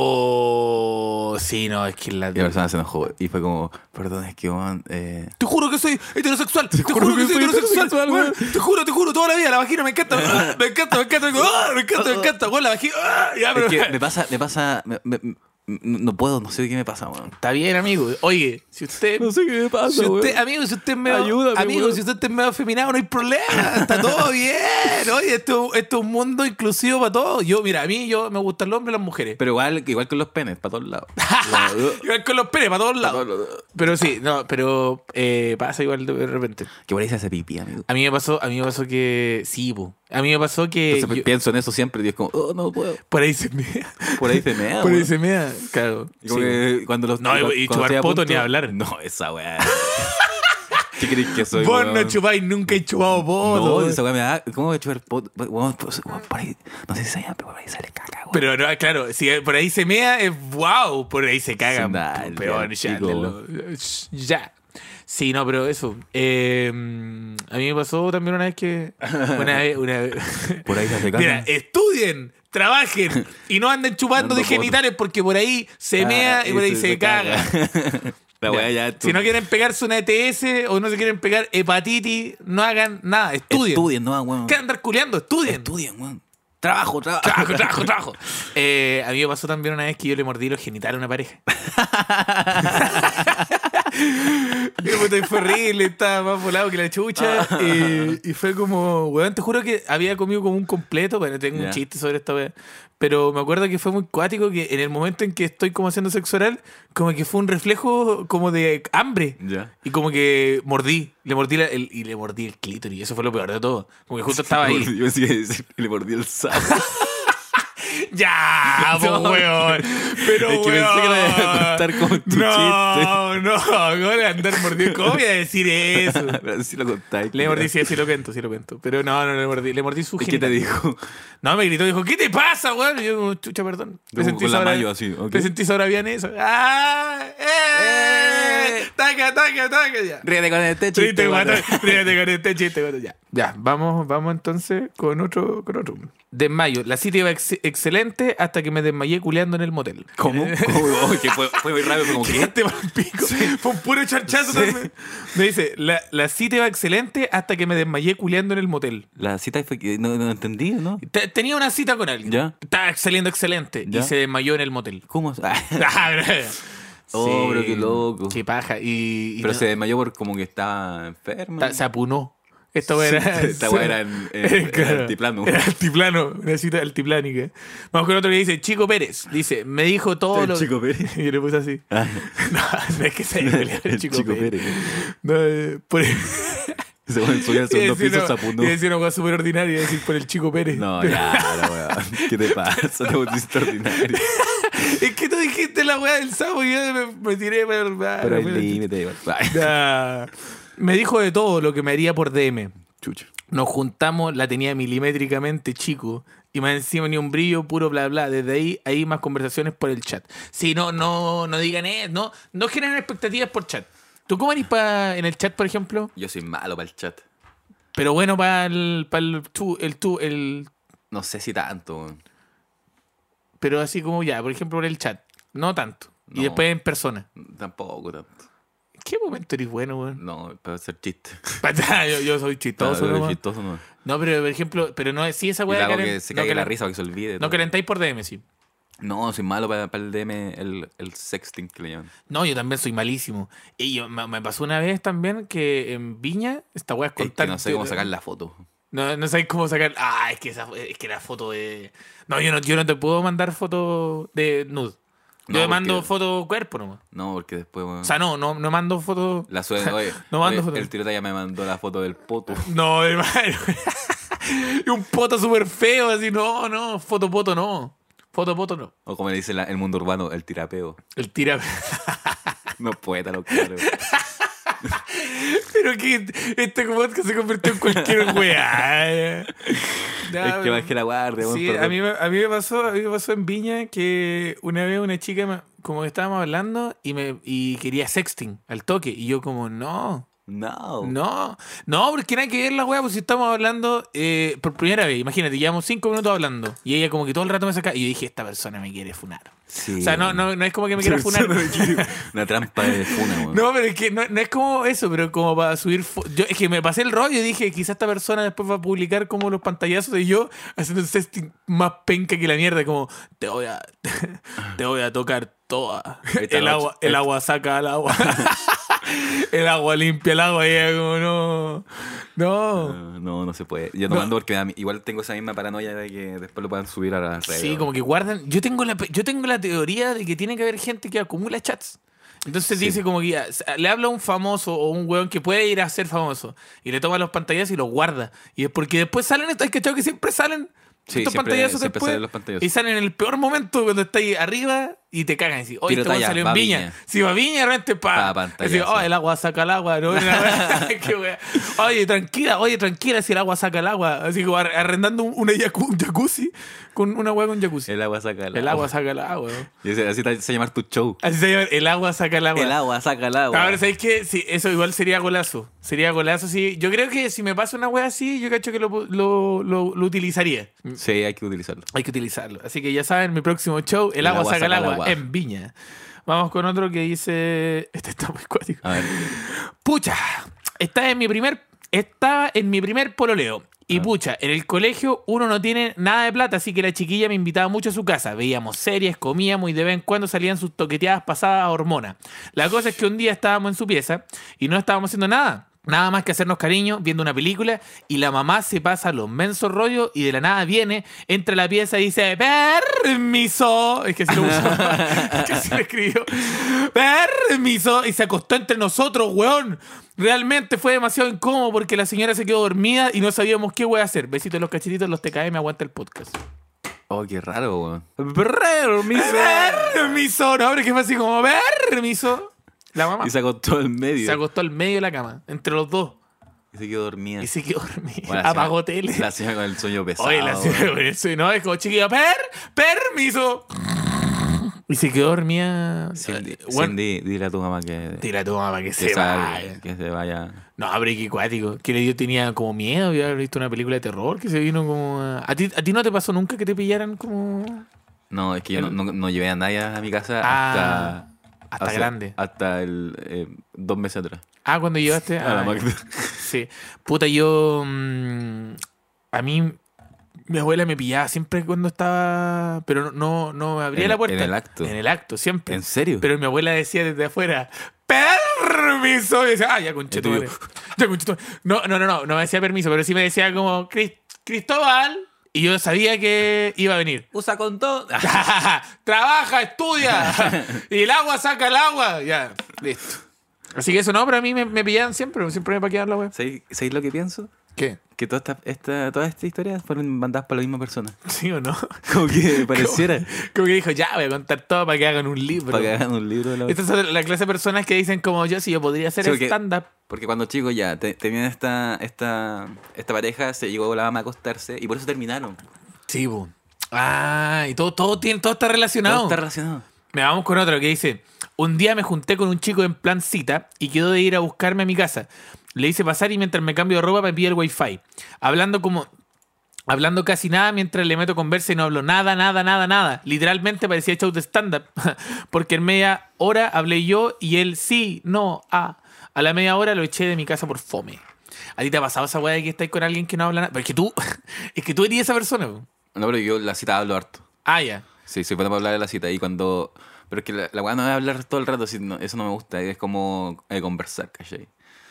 Speaker 2: Oh. Sí, no, es que en la
Speaker 3: y la persona se enojó y fue como, perdón, es que weón, eh,
Speaker 2: Te juro que soy heterosexual. Te, juro, que, soy heterosexual. weón. Te juro, te juro, toda la vida. La vagina me encanta. ah, me encanta, me encanta. ah, me encanta, me encanta. Weón, la vagina. ah, ya, pero-
Speaker 3: es que me pasa, me pasa, me- me- me- no puedo, no sé qué me pasa, weón.
Speaker 2: Está bien, amigo. Oye, si usted.
Speaker 3: sé qué me pasa,
Speaker 2: si usted, amigo, si usted es medio,
Speaker 3: Ayúdame,
Speaker 2: amigo,
Speaker 3: weón.
Speaker 2: si usted es medio afeminado, no hay problema. Está todo bien. Oye, esto, esto es un mundo inclusivo para todos. Yo, mira, a mí yo me gustan los hombres y las mujeres.
Speaker 3: Pero igual, igual con los penes, para todos lados.
Speaker 2: Igual con los penes, para todos lados. Pero sí, no, pero eh, pasa igual de repente.
Speaker 3: que por ahí se hace pipí, amigo.
Speaker 2: A mí me pasó, a mí me pasó que. Sí, po. A mí me pasó que.
Speaker 3: Entonces
Speaker 2: yo-
Speaker 3: pienso en eso siempre y es como, oh, no puedo.
Speaker 2: por ahí se mea.
Speaker 3: Por ahí se me da,
Speaker 2: Por ahí
Speaker 3: weón.
Speaker 2: se mea. Claro.
Speaker 3: Ah, Y como
Speaker 2: Sí.
Speaker 3: que cuando los
Speaker 2: No, y-
Speaker 3: cuando-
Speaker 2: y
Speaker 3: cuando
Speaker 2: chupar
Speaker 3: estoy a
Speaker 2: poto
Speaker 3: punto-
Speaker 2: ni hablar.
Speaker 3: No, esa weá. ¿Qué crees que soy?
Speaker 2: Vos no
Speaker 3: weón?
Speaker 2: chupáis, nunca he chupado
Speaker 3: No,
Speaker 2: poto.
Speaker 3: esa weá me da. ¿Cómo voy a chupar pot? Weón, pues, weón, por ahí. No sé si sabían, pero por ahí sale caca, weón.
Speaker 2: pero no, claro, si por ahí se mea, es wow, por ahí se cagan.
Speaker 3: Sí, dale,
Speaker 2: Peor, ya.
Speaker 3: pico.
Speaker 2: lelo. Ya. Sí, no, pero eso. Eh, a mí me pasó también una vez que. Una vez. Una vez.
Speaker 3: Por ahí se hace caca.
Speaker 2: Mira, estudien, trabajen y no anden chupando
Speaker 3: Dando
Speaker 2: de
Speaker 3: poto. este
Speaker 2: genitales porque por ahí se
Speaker 3: Ah,
Speaker 2: mea y por ahí se, caga.
Speaker 3: La weá ya.
Speaker 2: Si no quieren pegarse una ETS o no se quieren pegar hepatitis, no hagan nada, estudien.
Speaker 3: Estudien, no, weón.
Speaker 2: ¿Qué andar culeando? Estudien.
Speaker 3: Estudien, weón. Trabajo, trabajo.
Speaker 2: Trabajo, trabajo, trabajo. Eh, a mí me pasó también una vez que yo le mordí los genitales a una pareja. Y puta, y fue horrible, estaba más volado que la chucha.
Speaker 3: Ah.
Speaker 2: eh, y fue como, weón, te juro que había comido como un completo, pero tengo
Speaker 3: Ya.
Speaker 2: un chiste sobre esta weá. Pero me acuerdo que fue muy cuático que en el momento en que estoy como haciendo sexo oral, como que fue un reflejo como de hambre.
Speaker 3: Ya.
Speaker 2: Y como que mordí, le mordí la- el, y le mordí el clítoris. Y eso fue lo peor de todo. Como que justo estaba ahí.
Speaker 3: Yo pensé que iba a decir que le mordí el sapo.
Speaker 2: Ya, po,
Speaker 3: No.
Speaker 2: weón. Pero,
Speaker 3: Es que pensé que la ibas a
Speaker 2: weón.
Speaker 3: contar como tu
Speaker 2: No, no, ¿cómo le andar mordiendo? ¿Cómo voy a decir eso?
Speaker 3: Pero si lo contáis.
Speaker 2: Le mordí, sí, sí lo cuento, sí lo cuento. Pero no, no le mordí, le mordí su
Speaker 3: ¿Y ¿Qué te
Speaker 2: genital.
Speaker 3: dijo?
Speaker 2: No, me gritó, dijo, ¿qué te pasa, weón? Y yo, como, chucha, perdón.
Speaker 3: Como con la mayo así, ok.
Speaker 2: ¿Te sentís ahora bien eso? ¡Ah! ¡Eh!
Speaker 3: ¡Eh!
Speaker 2: ¡Taca, taca, taca! Ya.
Speaker 3: Ríete con este chiste.
Speaker 2: Triste,
Speaker 3: guata.
Speaker 2: guata. Ríete con este chiste, guata, Ya. Ya, vamos, vamos entonces con otro, con otro. Desmayo. La cita iba ex- excelente hasta que me desmayé culeando en el motel.
Speaker 3: ¿Cómo? ¿Cómo? Oh, que fue, fue muy rápido. Como que.
Speaker 2: Este mal pico. Fue un puro charchazo. también. Me dice, la, la cita iba excelente hasta que me desmayé culeando en el motel.
Speaker 3: La cita fue que no, no entendí, ¿no?
Speaker 2: Te- tenía una cita con alguien.
Speaker 3: Ya.
Speaker 2: Estaba saliendo excelente.
Speaker 3: Ya.
Speaker 2: Y se desmayó en el motel.
Speaker 3: ¿Cómo? Ah,
Speaker 2: Ah, bro.
Speaker 3: Oh,
Speaker 2: Sí.
Speaker 3: pero qué loco.
Speaker 2: Qué paja. Y, y
Speaker 3: pero
Speaker 2: no-
Speaker 3: se desmayó por como que estaba enfermo.
Speaker 2: ta- se apunó. Esta weá era.
Speaker 3: Esta weá era en, en-
Speaker 2: Claro.
Speaker 3: en Eh, altiplano.
Speaker 2: Era altiplano, una cita altiplánica. Vamos con otro que dice, Chico Pérez. Dice, me dijo todo
Speaker 3: El
Speaker 2: lo...
Speaker 3: Chico Pérez.
Speaker 2: Y yo le puse así.
Speaker 3: Ah.
Speaker 2: No, no es que sea el,
Speaker 3: El
Speaker 2: Chico,
Speaker 3: Chico
Speaker 2: Pérez.
Speaker 3: Pérez.
Speaker 2: No, eh, por...
Speaker 3: Se fue- subió al segundo piso, se apuntó.
Speaker 2: Y decir una cosa súper ordinaria, iba a decir por el Chico Pérez.
Speaker 3: No, ya, la weá. ¿Qué te pasa? Te pusiste ordinario.
Speaker 2: Es que tú dijiste la weá del sapo y yo me, me tiré para... ah,
Speaker 3: Pero
Speaker 2: no,
Speaker 3: el
Speaker 2: pero-
Speaker 3: límite igual. Ay,
Speaker 2: Ya. Me dijo de todo lo que me haría por DM.
Speaker 3: Chucha.
Speaker 2: Nos juntamos, la tenía milimétricamente chico. Y más encima ni un brillo, puro bla bla. Desde ahí hay más conversaciones por el chat. Si no, no, no digan eso, no, no generan expectativas por chat. ¿Tú cómo eres pa- en el chat, por ejemplo?
Speaker 3: Yo soy malo para el chat.
Speaker 2: Pero bueno, para el, pa el tú, el tú, el.
Speaker 3: No sé si tanto. weón.
Speaker 2: Pero así como ya, por ejemplo, por el chat. No tanto.
Speaker 3: No.
Speaker 2: Y después en persona.
Speaker 3: Tampoco tanto.
Speaker 2: ¿En qué momento eres bueno, weón?
Speaker 3: No, para hacer chiste.
Speaker 2: yo, yo soy
Speaker 3: Todo
Speaker 2: chistoso,
Speaker 3: no,
Speaker 2: nomás.
Speaker 3: chistoso no.
Speaker 2: No, pero por ejemplo, pero no, sí, esa
Speaker 3: Ah, Y
Speaker 2: weá.
Speaker 3: le hago
Speaker 2: calen-
Speaker 3: que se
Speaker 2: no
Speaker 3: caiga la
Speaker 2: calen-
Speaker 3: risa, para que se olvide.
Speaker 2: No
Speaker 3: todo.
Speaker 2: calentáis por DM, sí.
Speaker 3: No, soy malo para, para el DM, el, el sexting que le llaman.
Speaker 2: No, yo también soy malísimo. Y yo- me, me pasó una vez también que en Viña, esta weá es
Speaker 3: Es
Speaker 2: contar.
Speaker 3: que no sé cómo sacar la foto.
Speaker 2: No, no sabéis cómo sacar. Ah, es que, esa, es que la foto de. No, yo no, yo no te puedo mandar foto de nude. Yo
Speaker 3: No,
Speaker 2: te mando
Speaker 3: porque- Ah.
Speaker 2: foto cuerpo nomás.
Speaker 3: No, porque después, weón.
Speaker 2: O sea, no, no, no mando foto.
Speaker 3: La suerte, oye,
Speaker 2: No mando
Speaker 3: oye,
Speaker 2: fotos.
Speaker 3: el tirota ya me mandó la foto del poto.
Speaker 2: No, hermano. Y un poto súper feo, así, no, no, foto poto no. Foto poto no.
Speaker 3: O como le dice la- el mundo urbano, el tirapeo.
Speaker 2: El tira.
Speaker 3: No poeta, lo claro.
Speaker 2: Pero que este podcast se convirtió en cualquier weá. eh.
Speaker 3: es que más que la guardia, weón,
Speaker 2: Sí,
Speaker 3: perdón.
Speaker 2: a mí, me, a, mí me pasó, a mí me pasó en Viña que una vez una chica, me- como que estábamos hablando y, me, y quería sexting al toque. Y yo como, no,
Speaker 3: No.
Speaker 2: no, no, porque nada que ver la weá, pues si estamos hablando eh, por primera vez, imagínate, llevamos cinco minutos hablando. Y ella como que todo el rato me saca y yo dije, esta persona me quiere funar.
Speaker 3: Sí,
Speaker 2: O sea, no,
Speaker 3: weón.
Speaker 2: no, no es como que me
Speaker 3: Esa
Speaker 2: quiera funar.
Speaker 3: persona me quiere- Una trampa de funa, weón.
Speaker 2: No, pero es que no, no es como eso, pero como para subir. fo- Yo, es que me pasé el rollo y dije, quizás esta persona después va a publicar como los pantallazos de yo haciendo un sexting más penca que la mierda, como te voy a, te voy a tocar toda.
Speaker 3: Ahí está
Speaker 2: El
Speaker 3: la
Speaker 2: agua,
Speaker 3: otra.
Speaker 2: el agua saca al agua. El agua limpia el agua y ella como no. No.
Speaker 3: Ah, No, no se puede. Yo no,
Speaker 2: No.
Speaker 3: mando porque me da mi- igual tengo esa misma paranoia de que después lo puedan subir a las redes.
Speaker 2: Sí, como que guardan. Yo tengo la pe- yo tengo la teoría de que tiene que haber gente que acumula chats. Entonces
Speaker 3: Sí.
Speaker 2: dice como que ya, s- le habla a un famoso o un weón que puede ir a ser famoso y le toma los pantallazos y los guarda. Y es porque después salen estos, hay cachado que siempre salen
Speaker 3: Sí,
Speaker 2: estos
Speaker 3: siempre-
Speaker 2: pantallazos
Speaker 3: siempre
Speaker 2: después.
Speaker 3: salen los pantallazos.
Speaker 2: Y salen en el peor momento cuando estáis arriba y te cagan. Y decís, oye, este
Speaker 3: Pirotalla,
Speaker 2: weón salió en
Speaker 3: va a
Speaker 2: Viña.
Speaker 3: Viña.
Speaker 2: Si va a Viña, de repente pa.
Speaker 3: Pa, pantallazo.
Speaker 2: Decís, oh, el agua saca el agua. ¿no? Una wea- qué wea. oye, tranquila, oye, tranquila si el agua saca el agua. Así como ar- arrendando un, una yacu- un jacuzzi con una weá con jacuzzi.
Speaker 3: El agua saca el,
Speaker 2: El agua saca el agua. ¿no?
Speaker 3: Y ese- así te se llamar tu show.
Speaker 2: Así se llama, el agua saca el agua.
Speaker 3: El agua saca el agua.
Speaker 2: Ahora, ¿sabéis qué? Sí, eso igual sería golazo. Sería golazo, sí. Yo creo que si me pasa una wea así, yo cacho que lo, pu- lo, lo- lo utilizaría.
Speaker 3: Sí, hay que utilizarlo.
Speaker 2: Hay que utilizarlo. Así que ya saben, mi próximo show, el, agua, saca el agua.
Speaker 3: guau.
Speaker 2: en Viña. Vamos con otro que dice. Este está muy cuático.
Speaker 3: A ver.
Speaker 2: Pucha, estaba en mi primer, estaba en mi primer pololeo. Y
Speaker 3: Ah.
Speaker 2: pucha, en el colegio uno no tiene nada de plata, así que la chiquilla me invitaba mucho a su casa. Veíamos series, comíamos y de vez en cuando salían sus toqueteadas pasadas a hormona. La cosa es que un día estábamos en su pieza y no estábamos haciendo nada. Nada más que hacernos cariño viendo una película y la mamá se pasa los mensos rollos y de la nada viene, entra a la pieza y dice, permiso. Es que se lo puso. Es que se lo escribió. Permiso. Y se acostó entre nosotros, weón. Realmente fue demasiado incómodo porque la señora se quedó dormida y no sabíamos qué voy a hacer. Besitos en los cachetitos, los TKM, aguanta el podcast.
Speaker 3: Oh, qué raro, weón. Permiso.
Speaker 2: Permiso. No, pero que fue así como, permiso. La mamá
Speaker 3: Y se acostó en medio.
Speaker 2: se acostó al medio de la cama, entre los dos.
Speaker 3: Y se quedó dormida.
Speaker 2: Y se quedó dormida.
Speaker 3: Bueno, la
Speaker 2: Apagó
Speaker 3: señora-
Speaker 2: tele.
Speaker 3: La señora con el sueño pesado.
Speaker 2: Oye, la
Speaker 3: weón.
Speaker 2: señora, sí, no, es como chiquilla, per, permiso. Y se quedó dormida. Eh,
Speaker 3: Cindy,
Speaker 2: Bueno,
Speaker 3: Cindy, dile a tu mamá que,
Speaker 2: Tira tu mamá que
Speaker 3: que
Speaker 2: se
Speaker 3: salga,
Speaker 2: vaya.
Speaker 3: que se vaya.
Speaker 2: No, pero qué cuático. Que le dio, tenía como miedo. Yo había visto una película de terror que se vino como. A... ¿A ti, a ti no te pasó nunca que te pillaran como.
Speaker 3: No, es que yo no, no- no llevé a nadie a mi casa
Speaker 2: Ah,
Speaker 3: hasta...
Speaker 2: Hasta
Speaker 3: hace-
Speaker 2: grande.
Speaker 3: Hasta el, eh, dos meses atrás.
Speaker 2: Ah, cuando llevaste.
Speaker 3: A la
Speaker 2: ah,
Speaker 3: Magda.
Speaker 2: Sí. Puta, yo. mm, a mí. Mi abuela me pillaba siempre cuando estaba. Pero no, no me abría
Speaker 3: En-
Speaker 2: la puerta.
Speaker 3: en el acto.
Speaker 2: En el acto, siempre.
Speaker 3: ¿En serio?
Speaker 2: Pero mi abuela decía desde afuera, permiso. Y decía, ah, ya
Speaker 3: Y tú-
Speaker 2: conchetumare. Ya conchetumare. No, no, no, no, no me decía permiso, pero sí me decía como, "Cris- Cristóbal. Y yo sabía que iba a venir.
Speaker 3: Usa con todo.
Speaker 2: Trabaja, estudia. y el agua saca el agua. Ya, listo. Así que eso no, pero a mí me, me pillaban siempre, siempre me paqueaban la web.
Speaker 3: ¿Sabéis sabéis lo que pienso?
Speaker 2: ¿Qué?
Speaker 3: Que toda esta, esta, todas estas historias fueron mandadas para la misma persona.
Speaker 2: ¿Sí o no?
Speaker 3: Como que pareciera
Speaker 2: Como que dijo, ya, voy a contar todo para que hagan un libro.
Speaker 3: para que hagan un libro de la
Speaker 2: Esta es la clase de personas que dicen como yo, si yo podría hacer
Speaker 3: Sí, porque-
Speaker 2: stand-up.
Speaker 3: Porque cuando chicos ya te- tenían esta, esta, esta pareja, se llegó la mamá a acostarse y por eso terminaron.
Speaker 2: Sí, bu. Ah, y todo, todo, tiene, todo está relacionado.
Speaker 3: Todo está relacionado.
Speaker 2: Me vamos con otro que dice: Un día me junté con un chico en plan cita y quedó de ir a buscarme a mi casa. Le hice pasar y mientras me cambio de ropa me pide el wifi. Hablando como. Hablando casi nada mientras le meto conversa y no hablo nada, nada, nada, nada. Literalmente parecía show de stand-up. Porque en media hora hablé yo y él sí, no, ah. A la media hora lo eché de mi casa por fome. ¿A ti te ha pasado esa weá de que estáis con alguien que no habla nada? Pero es que tú, es que tú eres esa persona. bu.
Speaker 3: No, pero yo la cita hablo harto.
Speaker 2: Ah, ya.
Speaker 3: Sí, soy bueno para hablar de la cita. Y cuando. Pero es que la, la weá no es hablar todo el rato, si no- eso no me gusta. Es como eh, conversar, ¿cachai?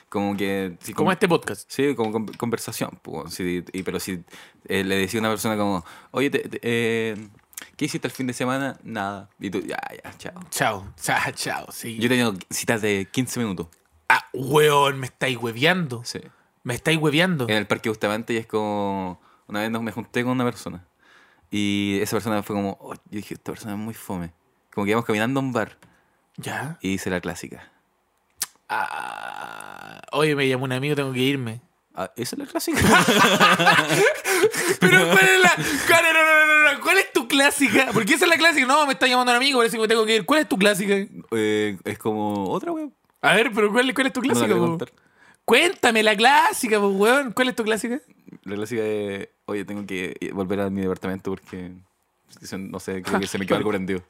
Speaker 3: Como que. si
Speaker 2: Como
Speaker 3: con-
Speaker 2: este podcast.
Speaker 3: Sí, como con- conversación. pues, weón. Sí, y- pero si eh, le decía a una persona como, oye, te- te- eh, ¿qué hiciste el fin de semana? Nada. Y tú, ya, ya, chao.
Speaker 2: Chao. Chao, chao. Sí.
Speaker 3: Yo he tenido citas de 15 minutos.
Speaker 2: Ah, weón, me estáis hueveando.
Speaker 3: Sí.
Speaker 2: Me estáis hueveando.
Speaker 3: En el parque Bustamante y es como, una vez nos- me junté con una persona. Y esa persona fue como, oh, yo dije, esta persona es muy fome. Como que íbamos caminando a un bar
Speaker 2: Ya.
Speaker 3: y hice la clásica.
Speaker 2: Ah, oye, me llamó un amigo, tengo que irme.
Speaker 3: Ah, ¿Esa es la clásica?
Speaker 2: Pero ¿cuál es la. cuál- no, no, no, no, no, ¿Cuál es tu clásica? Porque esa es la clásica. No, me está llamando un amigo, parece que me tengo que ir. ¿Cuál es tu clásica?
Speaker 3: Eh, es como otra, weón.
Speaker 2: A ver, pero ¿cuál, cuál es tu
Speaker 3: No la
Speaker 2: clásica,
Speaker 3: voy a
Speaker 2: po?
Speaker 3: contar.
Speaker 2: Cuéntame la clásica, po, weón. ¿Cuál es tu clásica?
Speaker 3: La clásica de, oye, tengo que ir- volver a mi departamento porque, se- no sé, creo que se me quedó algo prendido.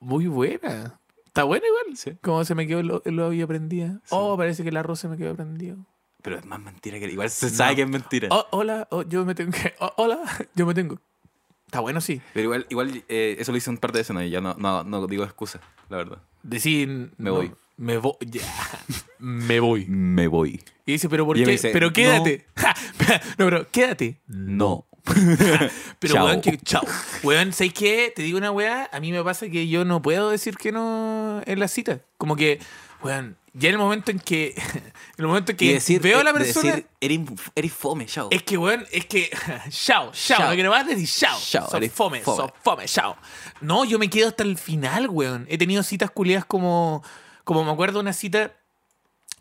Speaker 2: Muy buena. Está buena igual.
Speaker 3: Sí.
Speaker 2: Como se me quedó el, el labio prendido. Oh, parece que el arroz se me quedó prendido.
Speaker 3: Pero es más mentira que... Igual se sabe que es mentira.
Speaker 2: Oh, hola, oh, yo me tengo que. oh, hola, yo me tengo. Está bueno, sí.
Speaker 3: Pero igual, igual eh, eso lo hice un par de veces, ¿no? Y ya no, no, no digo excusa, la verdad.
Speaker 2: Decir.
Speaker 3: Me
Speaker 2: no,
Speaker 3: voy.
Speaker 2: Me voy. me voy.
Speaker 3: Me voy.
Speaker 2: Y dice, pero ¿por
Speaker 3: Y ella
Speaker 2: qué?
Speaker 3: me dice,
Speaker 2: pero
Speaker 3: no.
Speaker 2: quédate. Ja, no, pero quédate.
Speaker 3: No.
Speaker 2: Pero
Speaker 3: Chao.
Speaker 2: weón, que chao. Weón, ¿sabes qué? Te digo una weá. A mí me pasa que yo no puedo decir que no en la cita. Como que, weón, ya en el momento en que. en el momento en que
Speaker 3: Y decir,
Speaker 2: veo a la
Speaker 3: eh, de
Speaker 2: persona.
Speaker 3: decir, eres, inf- eres fome, chao.
Speaker 2: Es que, weón, es que. Chao, chao.
Speaker 3: Chao.
Speaker 2: Lo que no vas a decir, chao.
Speaker 3: Chao,
Speaker 2: Sos
Speaker 3: eres
Speaker 2: fome,
Speaker 3: fome.
Speaker 2: sos fome, chao. No, yo me quedo hasta el final, weón. He tenido citas culiadas como. Como me acuerdo una cita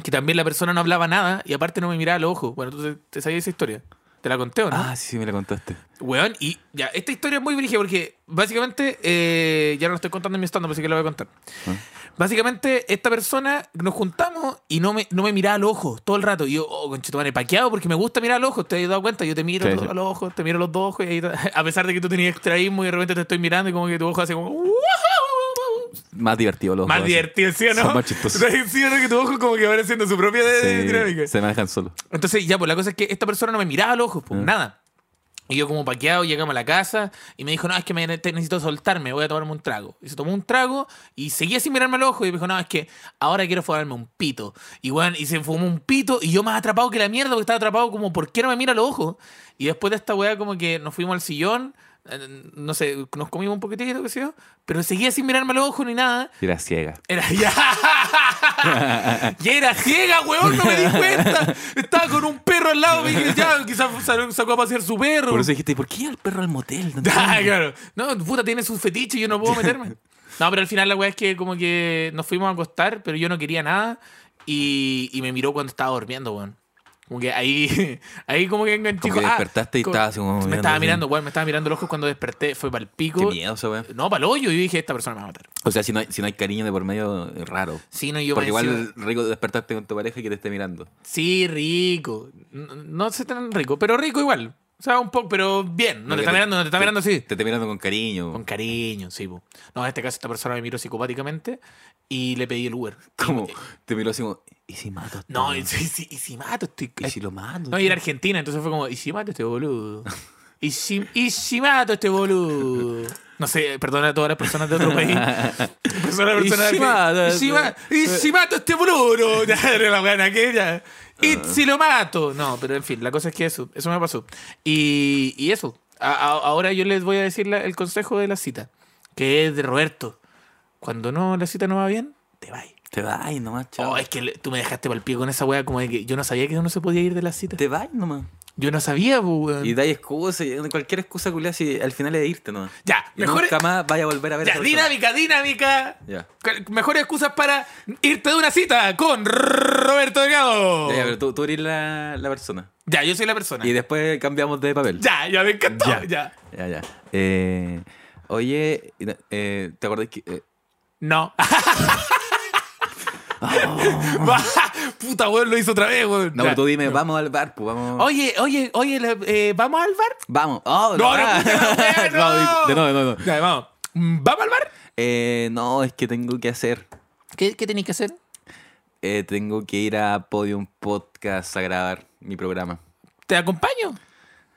Speaker 2: que también la persona no hablaba nada y aparte no me miraba a los ojos. Bueno, tú te, te sabías esa historia. Te la conté, ¿o ¿no?
Speaker 3: Ah, sí, sí, me la contaste.
Speaker 2: Weón, y ya, esta historia es muy brígida porque básicamente, eh, ya no la estoy contando en mi stand así que la voy a contar.
Speaker 3: Ah.
Speaker 2: Básicamente, esta persona nos juntamos y no me, no me miraba al ojo todo el rato. Y yo, oh, conchetumane, paqueado porque me gusta mirar al ojo. ¿Te has dado cuenta? Yo te miro
Speaker 3: Sí,
Speaker 2: a los-
Speaker 3: sí.
Speaker 2: a los ojos, te miro a los dos ojos. Y ahí ta- a pesar de que tú tenías extraísmo y de repente te estoy mirando y como que tu ojo hace como.
Speaker 3: Más divertido los
Speaker 2: Más
Speaker 3: dos,
Speaker 2: divertido, ¿sí o no?
Speaker 3: Son más chistosos.
Speaker 2: ¿Sí o no? Que tu ojo como que va haciendo su propia
Speaker 3: así.
Speaker 2: eh,
Speaker 3: Sí,
Speaker 2: dinámica.
Speaker 3: se manejan solo.
Speaker 2: Entonces, ya, pues la cosa es que esta persona no me miraba a los ojos, pues
Speaker 3: Ah.
Speaker 2: nada. Y yo, como paqueado, llegamos a la casa y me dijo: No, es que me, te- necesito soltarme, voy a tomarme un trago. Y se tomó un trago y seguía sin mirarme al ojo. Y me dijo: No, es que ahora quiero fumarme un pito. Y bueno, y se fumó un pito y yo más atrapado que la mierda porque estaba atrapado, como, ¿por qué no me mira los ojos? Y después de esta weá, como que nos fuimos al sillón, eh, no sé, nos comimos un poquitito, qué sé yo, pero seguía sin mirarme los ojos ni nada.
Speaker 3: Y era ciega.
Speaker 2: Era ya. ya era ciega, weón, no me di cuenta. Estaba con un perro al lado, me dije, ya, quizás sal- sacó a pasear su perro.
Speaker 3: Por eso dijiste, ¿y por qué iba el perro al motel? No
Speaker 2: Ah, claro.
Speaker 3: entiendo.
Speaker 2: No, puta, tiene su fetiche, yo no puedo meterme. No, pero al final la weá es que como que nos fuimos a acostar, pero yo no quería nada. Y, y me miró cuando estaba durmiendo, weón. Como que ahí, ahí como que enganché.
Speaker 3: Como que
Speaker 2: Ah,
Speaker 3: despertaste y
Speaker 2: como-
Speaker 3: estabas así como
Speaker 2: Me
Speaker 3: mirando
Speaker 2: estaba
Speaker 3: así.
Speaker 2: mirando, weón, me estaba mirando los ojos cuando desperté. Fue para el pico.
Speaker 3: Qué miedo esa weá.
Speaker 2: No, para el hoyo. Yo dije, esta persona me va a matar.
Speaker 3: O sea, si no, hay, si no hay cariño de por medio, es raro.
Speaker 2: Sí, no, y yo
Speaker 3: Porque
Speaker 2: me
Speaker 3: igual rico despertarte con tu pareja y que te esté mirando.
Speaker 2: Sí, rico. No, no sé tan rico, pero rico igual. O sea, un poco, pero bien. No te
Speaker 3: Porque
Speaker 2: está mirando, no te está mirando así.
Speaker 3: Te está mirando con cariño.
Speaker 2: Con cariño, sí, po. No, en este caso esta persona me miró psicopáticamente y le pedí el Uber.
Speaker 3: Como te miró así como, ¿y si mato? a este
Speaker 2: No,
Speaker 3: weón?
Speaker 2: y si, y si- y si mato, estoy...
Speaker 3: ¿y si lo mato?
Speaker 2: No, y era Argentina, entonces fue como, ¿y si mato este boludo? ¿Y si, y si mato este boludo? No sé, perdona a todas las personas de otro país. Persona,
Speaker 3: ¿Y
Speaker 2: persona
Speaker 3: si
Speaker 2: de-
Speaker 3: mato?
Speaker 2: ¿Y si, este ma- y si mato este boludo? Ya, era la buena aquella. ¿Y si lo mato? No, pero en fin, la cosa es que eso, eso me pasó. Y, y eso, A- a- ahora yo les voy a decir la- el consejo de la cita, que es de Roberto. Cuando no la cita no va bien, te vas.
Speaker 3: Te vas nomás, chao.
Speaker 2: Oh, es que le- tú me dejaste pal pie con esa wea como de que yo no sabía que uno se podía ir de la cita.
Speaker 3: Te vas nomás.
Speaker 2: Yo no sabía, po, weón.
Speaker 3: Y dais excusas, y cualquier excusa culiada, si al final es irte nomás.
Speaker 2: Ya,
Speaker 3: Y
Speaker 2: mejor.
Speaker 3: Nunca más vaya a volver a ver a
Speaker 2: Ya,
Speaker 3: esa persona.
Speaker 2: dinámica, dinámica.
Speaker 3: Ya.
Speaker 2: Cu- Mejores excusas para irte de una cita con Roberto Delgado.
Speaker 3: Ya, ya, pero
Speaker 2: Ya,
Speaker 3: tú, tú eres la, la persona.
Speaker 2: yo soy la persona.
Speaker 3: Y después cambiamos de papel.
Speaker 2: Ya, ya me encantó. Ya.
Speaker 3: Ya. Ya, ya. Eh, oye, eh, ¿te acordás que.? eh,
Speaker 2: No.
Speaker 3: Ah.
Speaker 2: Puta, weón, lo hizo otra vez, weón.
Speaker 3: no,
Speaker 2: Ya.
Speaker 3: pero tú dime, vamos al bar, pues vamos.
Speaker 2: Oye, oye, oye, la- eh, ¿vamos al bar?
Speaker 3: Vamos. Oh,
Speaker 2: No, no,
Speaker 3: ah.
Speaker 2: puta, no, eh, no.
Speaker 3: No, de- de nuevo, de nuevo.
Speaker 2: Ya, vamos. Mm, ¿Vamos al bar?
Speaker 3: Eh, no, es que tengo que hacer.
Speaker 2: ¿Qué, qué tenéis que hacer?
Speaker 3: Eh, tengo que ir a Podium Podcast a grabar mi programa.
Speaker 2: ¿Te acompaño?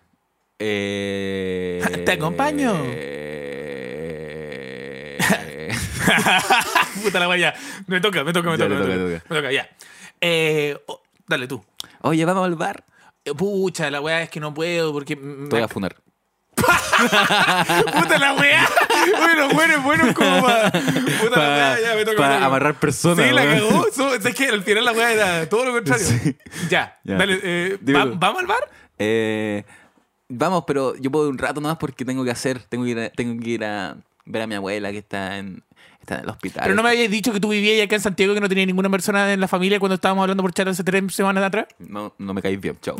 Speaker 3: Eh,
Speaker 2: Te acompaño.
Speaker 3: eh,
Speaker 2: Puta la guaya. Me toca, me toca, me
Speaker 3: Ya,
Speaker 2: toca.
Speaker 3: te
Speaker 2: me
Speaker 3: toca,
Speaker 2: toca.
Speaker 3: te
Speaker 2: Me toca, ya. Eh, oh, dale tú.
Speaker 3: Oye, vamos al bar.
Speaker 2: Eh, Pucha, la weá es que no puedo porque. me-
Speaker 3: Te voy a funar.
Speaker 2: Puta la weá. Bueno, bueno, bueno, como pa- Puta la weá, ya me toca. me
Speaker 3: para
Speaker 2: toca.
Speaker 3: amarrar personas.
Speaker 2: Sí, la
Speaker 3: weón.
Speaker 2: cagó. So- Es que al final la weá era todo lo contrario.
Speaker 3: Sí.
Speaker 2: Ya,
Speaker 3: Ya.
Speaker 2: dale. eh,
Speaker 3: Dímelo.
Speaker 2: ¿va- ¿Vamos al bar?
Speaker 3: Eh, vamos, pero yo puedo ir un rato nomás porque tengo que hacer, tengo que ir a, tengo que ir a ver a mi abuela que está en, está en el hospital.
Speaker 2: Pero no me habías dicho que tú vivías acá en Santiago que no tenía ninguna persona en la familia cuando estábamos hablando por chat hace tres semanas atrás.
Speaker 3: No, no me caís bien, chao.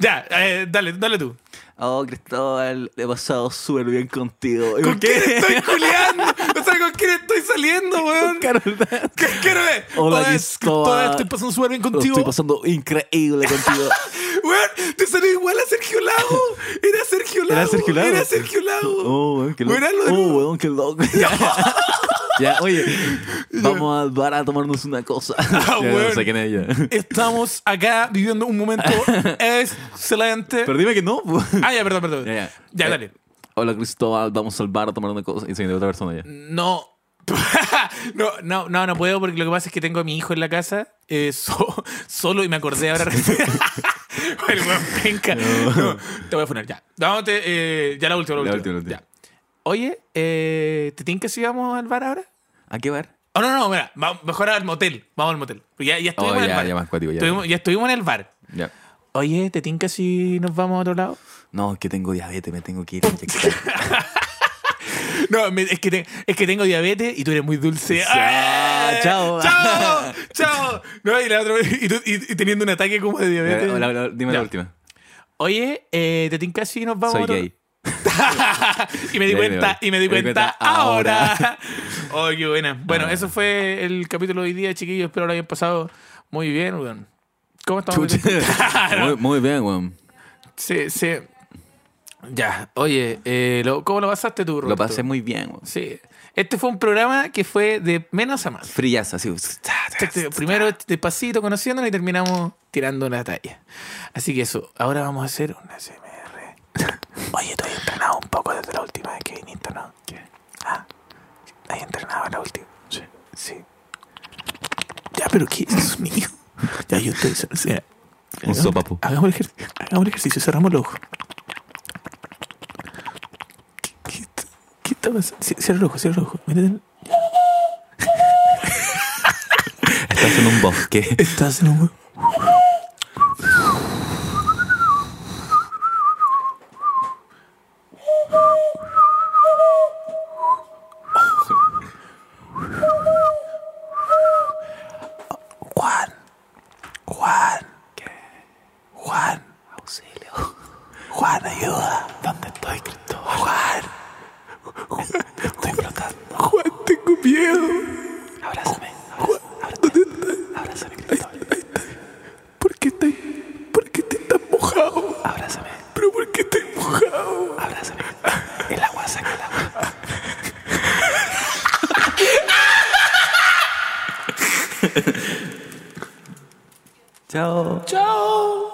Speaker 2: Ya, eh, dale, dale tú.
Speaker 3: oh, Cristóbal, he pasado súper bien contigo. ¿Y
Speaker 2: ¿Con quién estoy culiando? O sea, ¿con quién estoy saliendo, weón? ¿Qué quiero ver?
Speaker 3: Hola,
Speaker 2: Todavía-
Speaker 3: Cristóbal.
Speaker 2: todavía estoy pasando súper bien
Speaker 3: Lo
Speaker 2: contigo.
Speaker 3: estoy pasando increíble contigo.
Speaker 2: Weón, te salió igual a Sergio Lago. Era Sergio Lago.
Speaker 3: ¿Era Sergio Lago?
Speaker 2: Era Sergio Lago.
Speaker 3: Oh, weón, qué loco.
Speaker 2: Bueno, hazlo de
Speaker 3: Oh,
Speaker 2: nuevo.
Speaker 3: weón, qué loco. Ya, ya, oye, vamos al bar a tomarnos una cosa.
Speaker 2: Ah,
Speaker 3: Ya,
Speaker 2: weón.
Speaker 3: No sé quién es ella.
Speaker 2: Estamos acá viviendo un momento excelente.
Speaker 3: Pero dime que no. po.
Speaker 2: Ah, ya, perdón, perdón.
Speaker 3: Ya,
Speaker 2: Ya,
Speaker 3: ya. Eh,
Speaker 2: dale.
Speaker 3: Hola, Cristóbal, vamos al bar a tomar una cosa. Y soy de otra persona ya.
Speaker 2: No. No, no, no, no puedo porque lo que pasa es que tengo a mi hijo en la casa eh, so- solo y me acordé ahora. recién. el weón penca. No, te voy a funar, ya. No, te, eh, ya la última, la,
Speaker 3: La
Speaker 2: última.
Speaker 3: última, la última.
Speaker 2: ya. Oye, eh, ¿te tienen que si vamos al bar ahora?
Speaker 3: ¿A qué bar?
Speaker 2: Oh, no, no, mira, va- mejor al motel. Vamos al motel. Porque Ya, ya estuvimos
Speaker 3: Oh,
Speaker 2: en el
Speaker 3: ya,
Speaker 2: bar.
Speaker 3: ya más cuático, ya.
Speaker 2: Estuvimos- ya estuvimos en el bar.
Speaker 3: Ya.
Speaker 2: Oye, ¿te tinca si nos vamos a otro lado?
Speaker 3: No, es que tengo diabetes, me tengo que ir a inyectar.
Speaker 2: No, me- es que, te- es que tengo diabetes y tú eres muy dulce.
Speaker 3: Ah,
Speaker 2: ¡Ah!
Speaker 3: chao.
Speaker 2: ¡Chao! ¡Chao! No, y la otra vez- y, tú- y- y teniendo un ataque como de diabetes.
Speaker 3: La- la- la- dime
Speaker 2: Ya.
Speaker 3: la última.
Speaker 2: Oye, eh, te tincas y nos vamos. a
Speaker 3: Soy
Speaker 2: otro-
Speaker 3: gay.
Speaker 2: y me di
Speaker 3: Ya,
Speaker 2: cuenta,
Speaker 3: ya,
Speaker 2: y me di
Speaker 3: me di
Speaker 2: cuenta
Speaker 3: cuenta
Speaker 2: ahora. oh, qué buena. Bueno,
Speaker 3: Ah.
Speaker 2: eso fue el capítulo de hoy día, chiquillos. Espero lo hayan pasado muy bien, weón. ¿Cómo estamos?
Speaker 3: Chucha. Muy, muy bien, weón.
Speaker 2: Sí, sí. Ya, oye, eh, lo- ¿cómo lo pasaste tú,
Speaker 3: Lo
Speaker 2: Roberto?
Speaker 3: pasé muy bien, weón.
Speaker 2: Sí. Este fue un programa que fue de menos a más.
Speaker 3: Frillazo, así.
Speaker 2: Exacto. Primero despacito conociéndonos y terminamos tirando una talla. Así que eso, ahora vamos a hacer una CMR. Oye, tú has entrenado un poco desde la última vez que viniste, ¿no? ¿Qué? Ah, ¿has entrenado la última? Sí. Sí. Ya, pero ¿qué es niño? Ya, yo estoy... Mira,
Speaker 3: Un sopapo.
Speaker 2: Hagamos el, ejer- hagamos el ejercicio, cerramos los ojos. ¿Qué, qué está- qué está pasando? Cier- Cierra los ojos, cierra los ojos. Mira,
Speaker 3: Estás en un bosque.
Speaker 2: Estás en un hue- Juan. Juan. Juan. Auxilio. Juan, ayuda. ¿Dónde estoy, Cristóbal? Juan. Estoy flotando. Juan, tengo miedo. Abrázame. Juan, ¿dónde estás? Abrázame, Cristóbal. Ahí, estoy. ¿Por qué estoy? ¿Por qué te estás mojado? Abrázame. ¿Pero por qué estoy mojado? Abrázame. El agua saca el agua.
Speaker 3: Chao.
Speaker 2: Chao.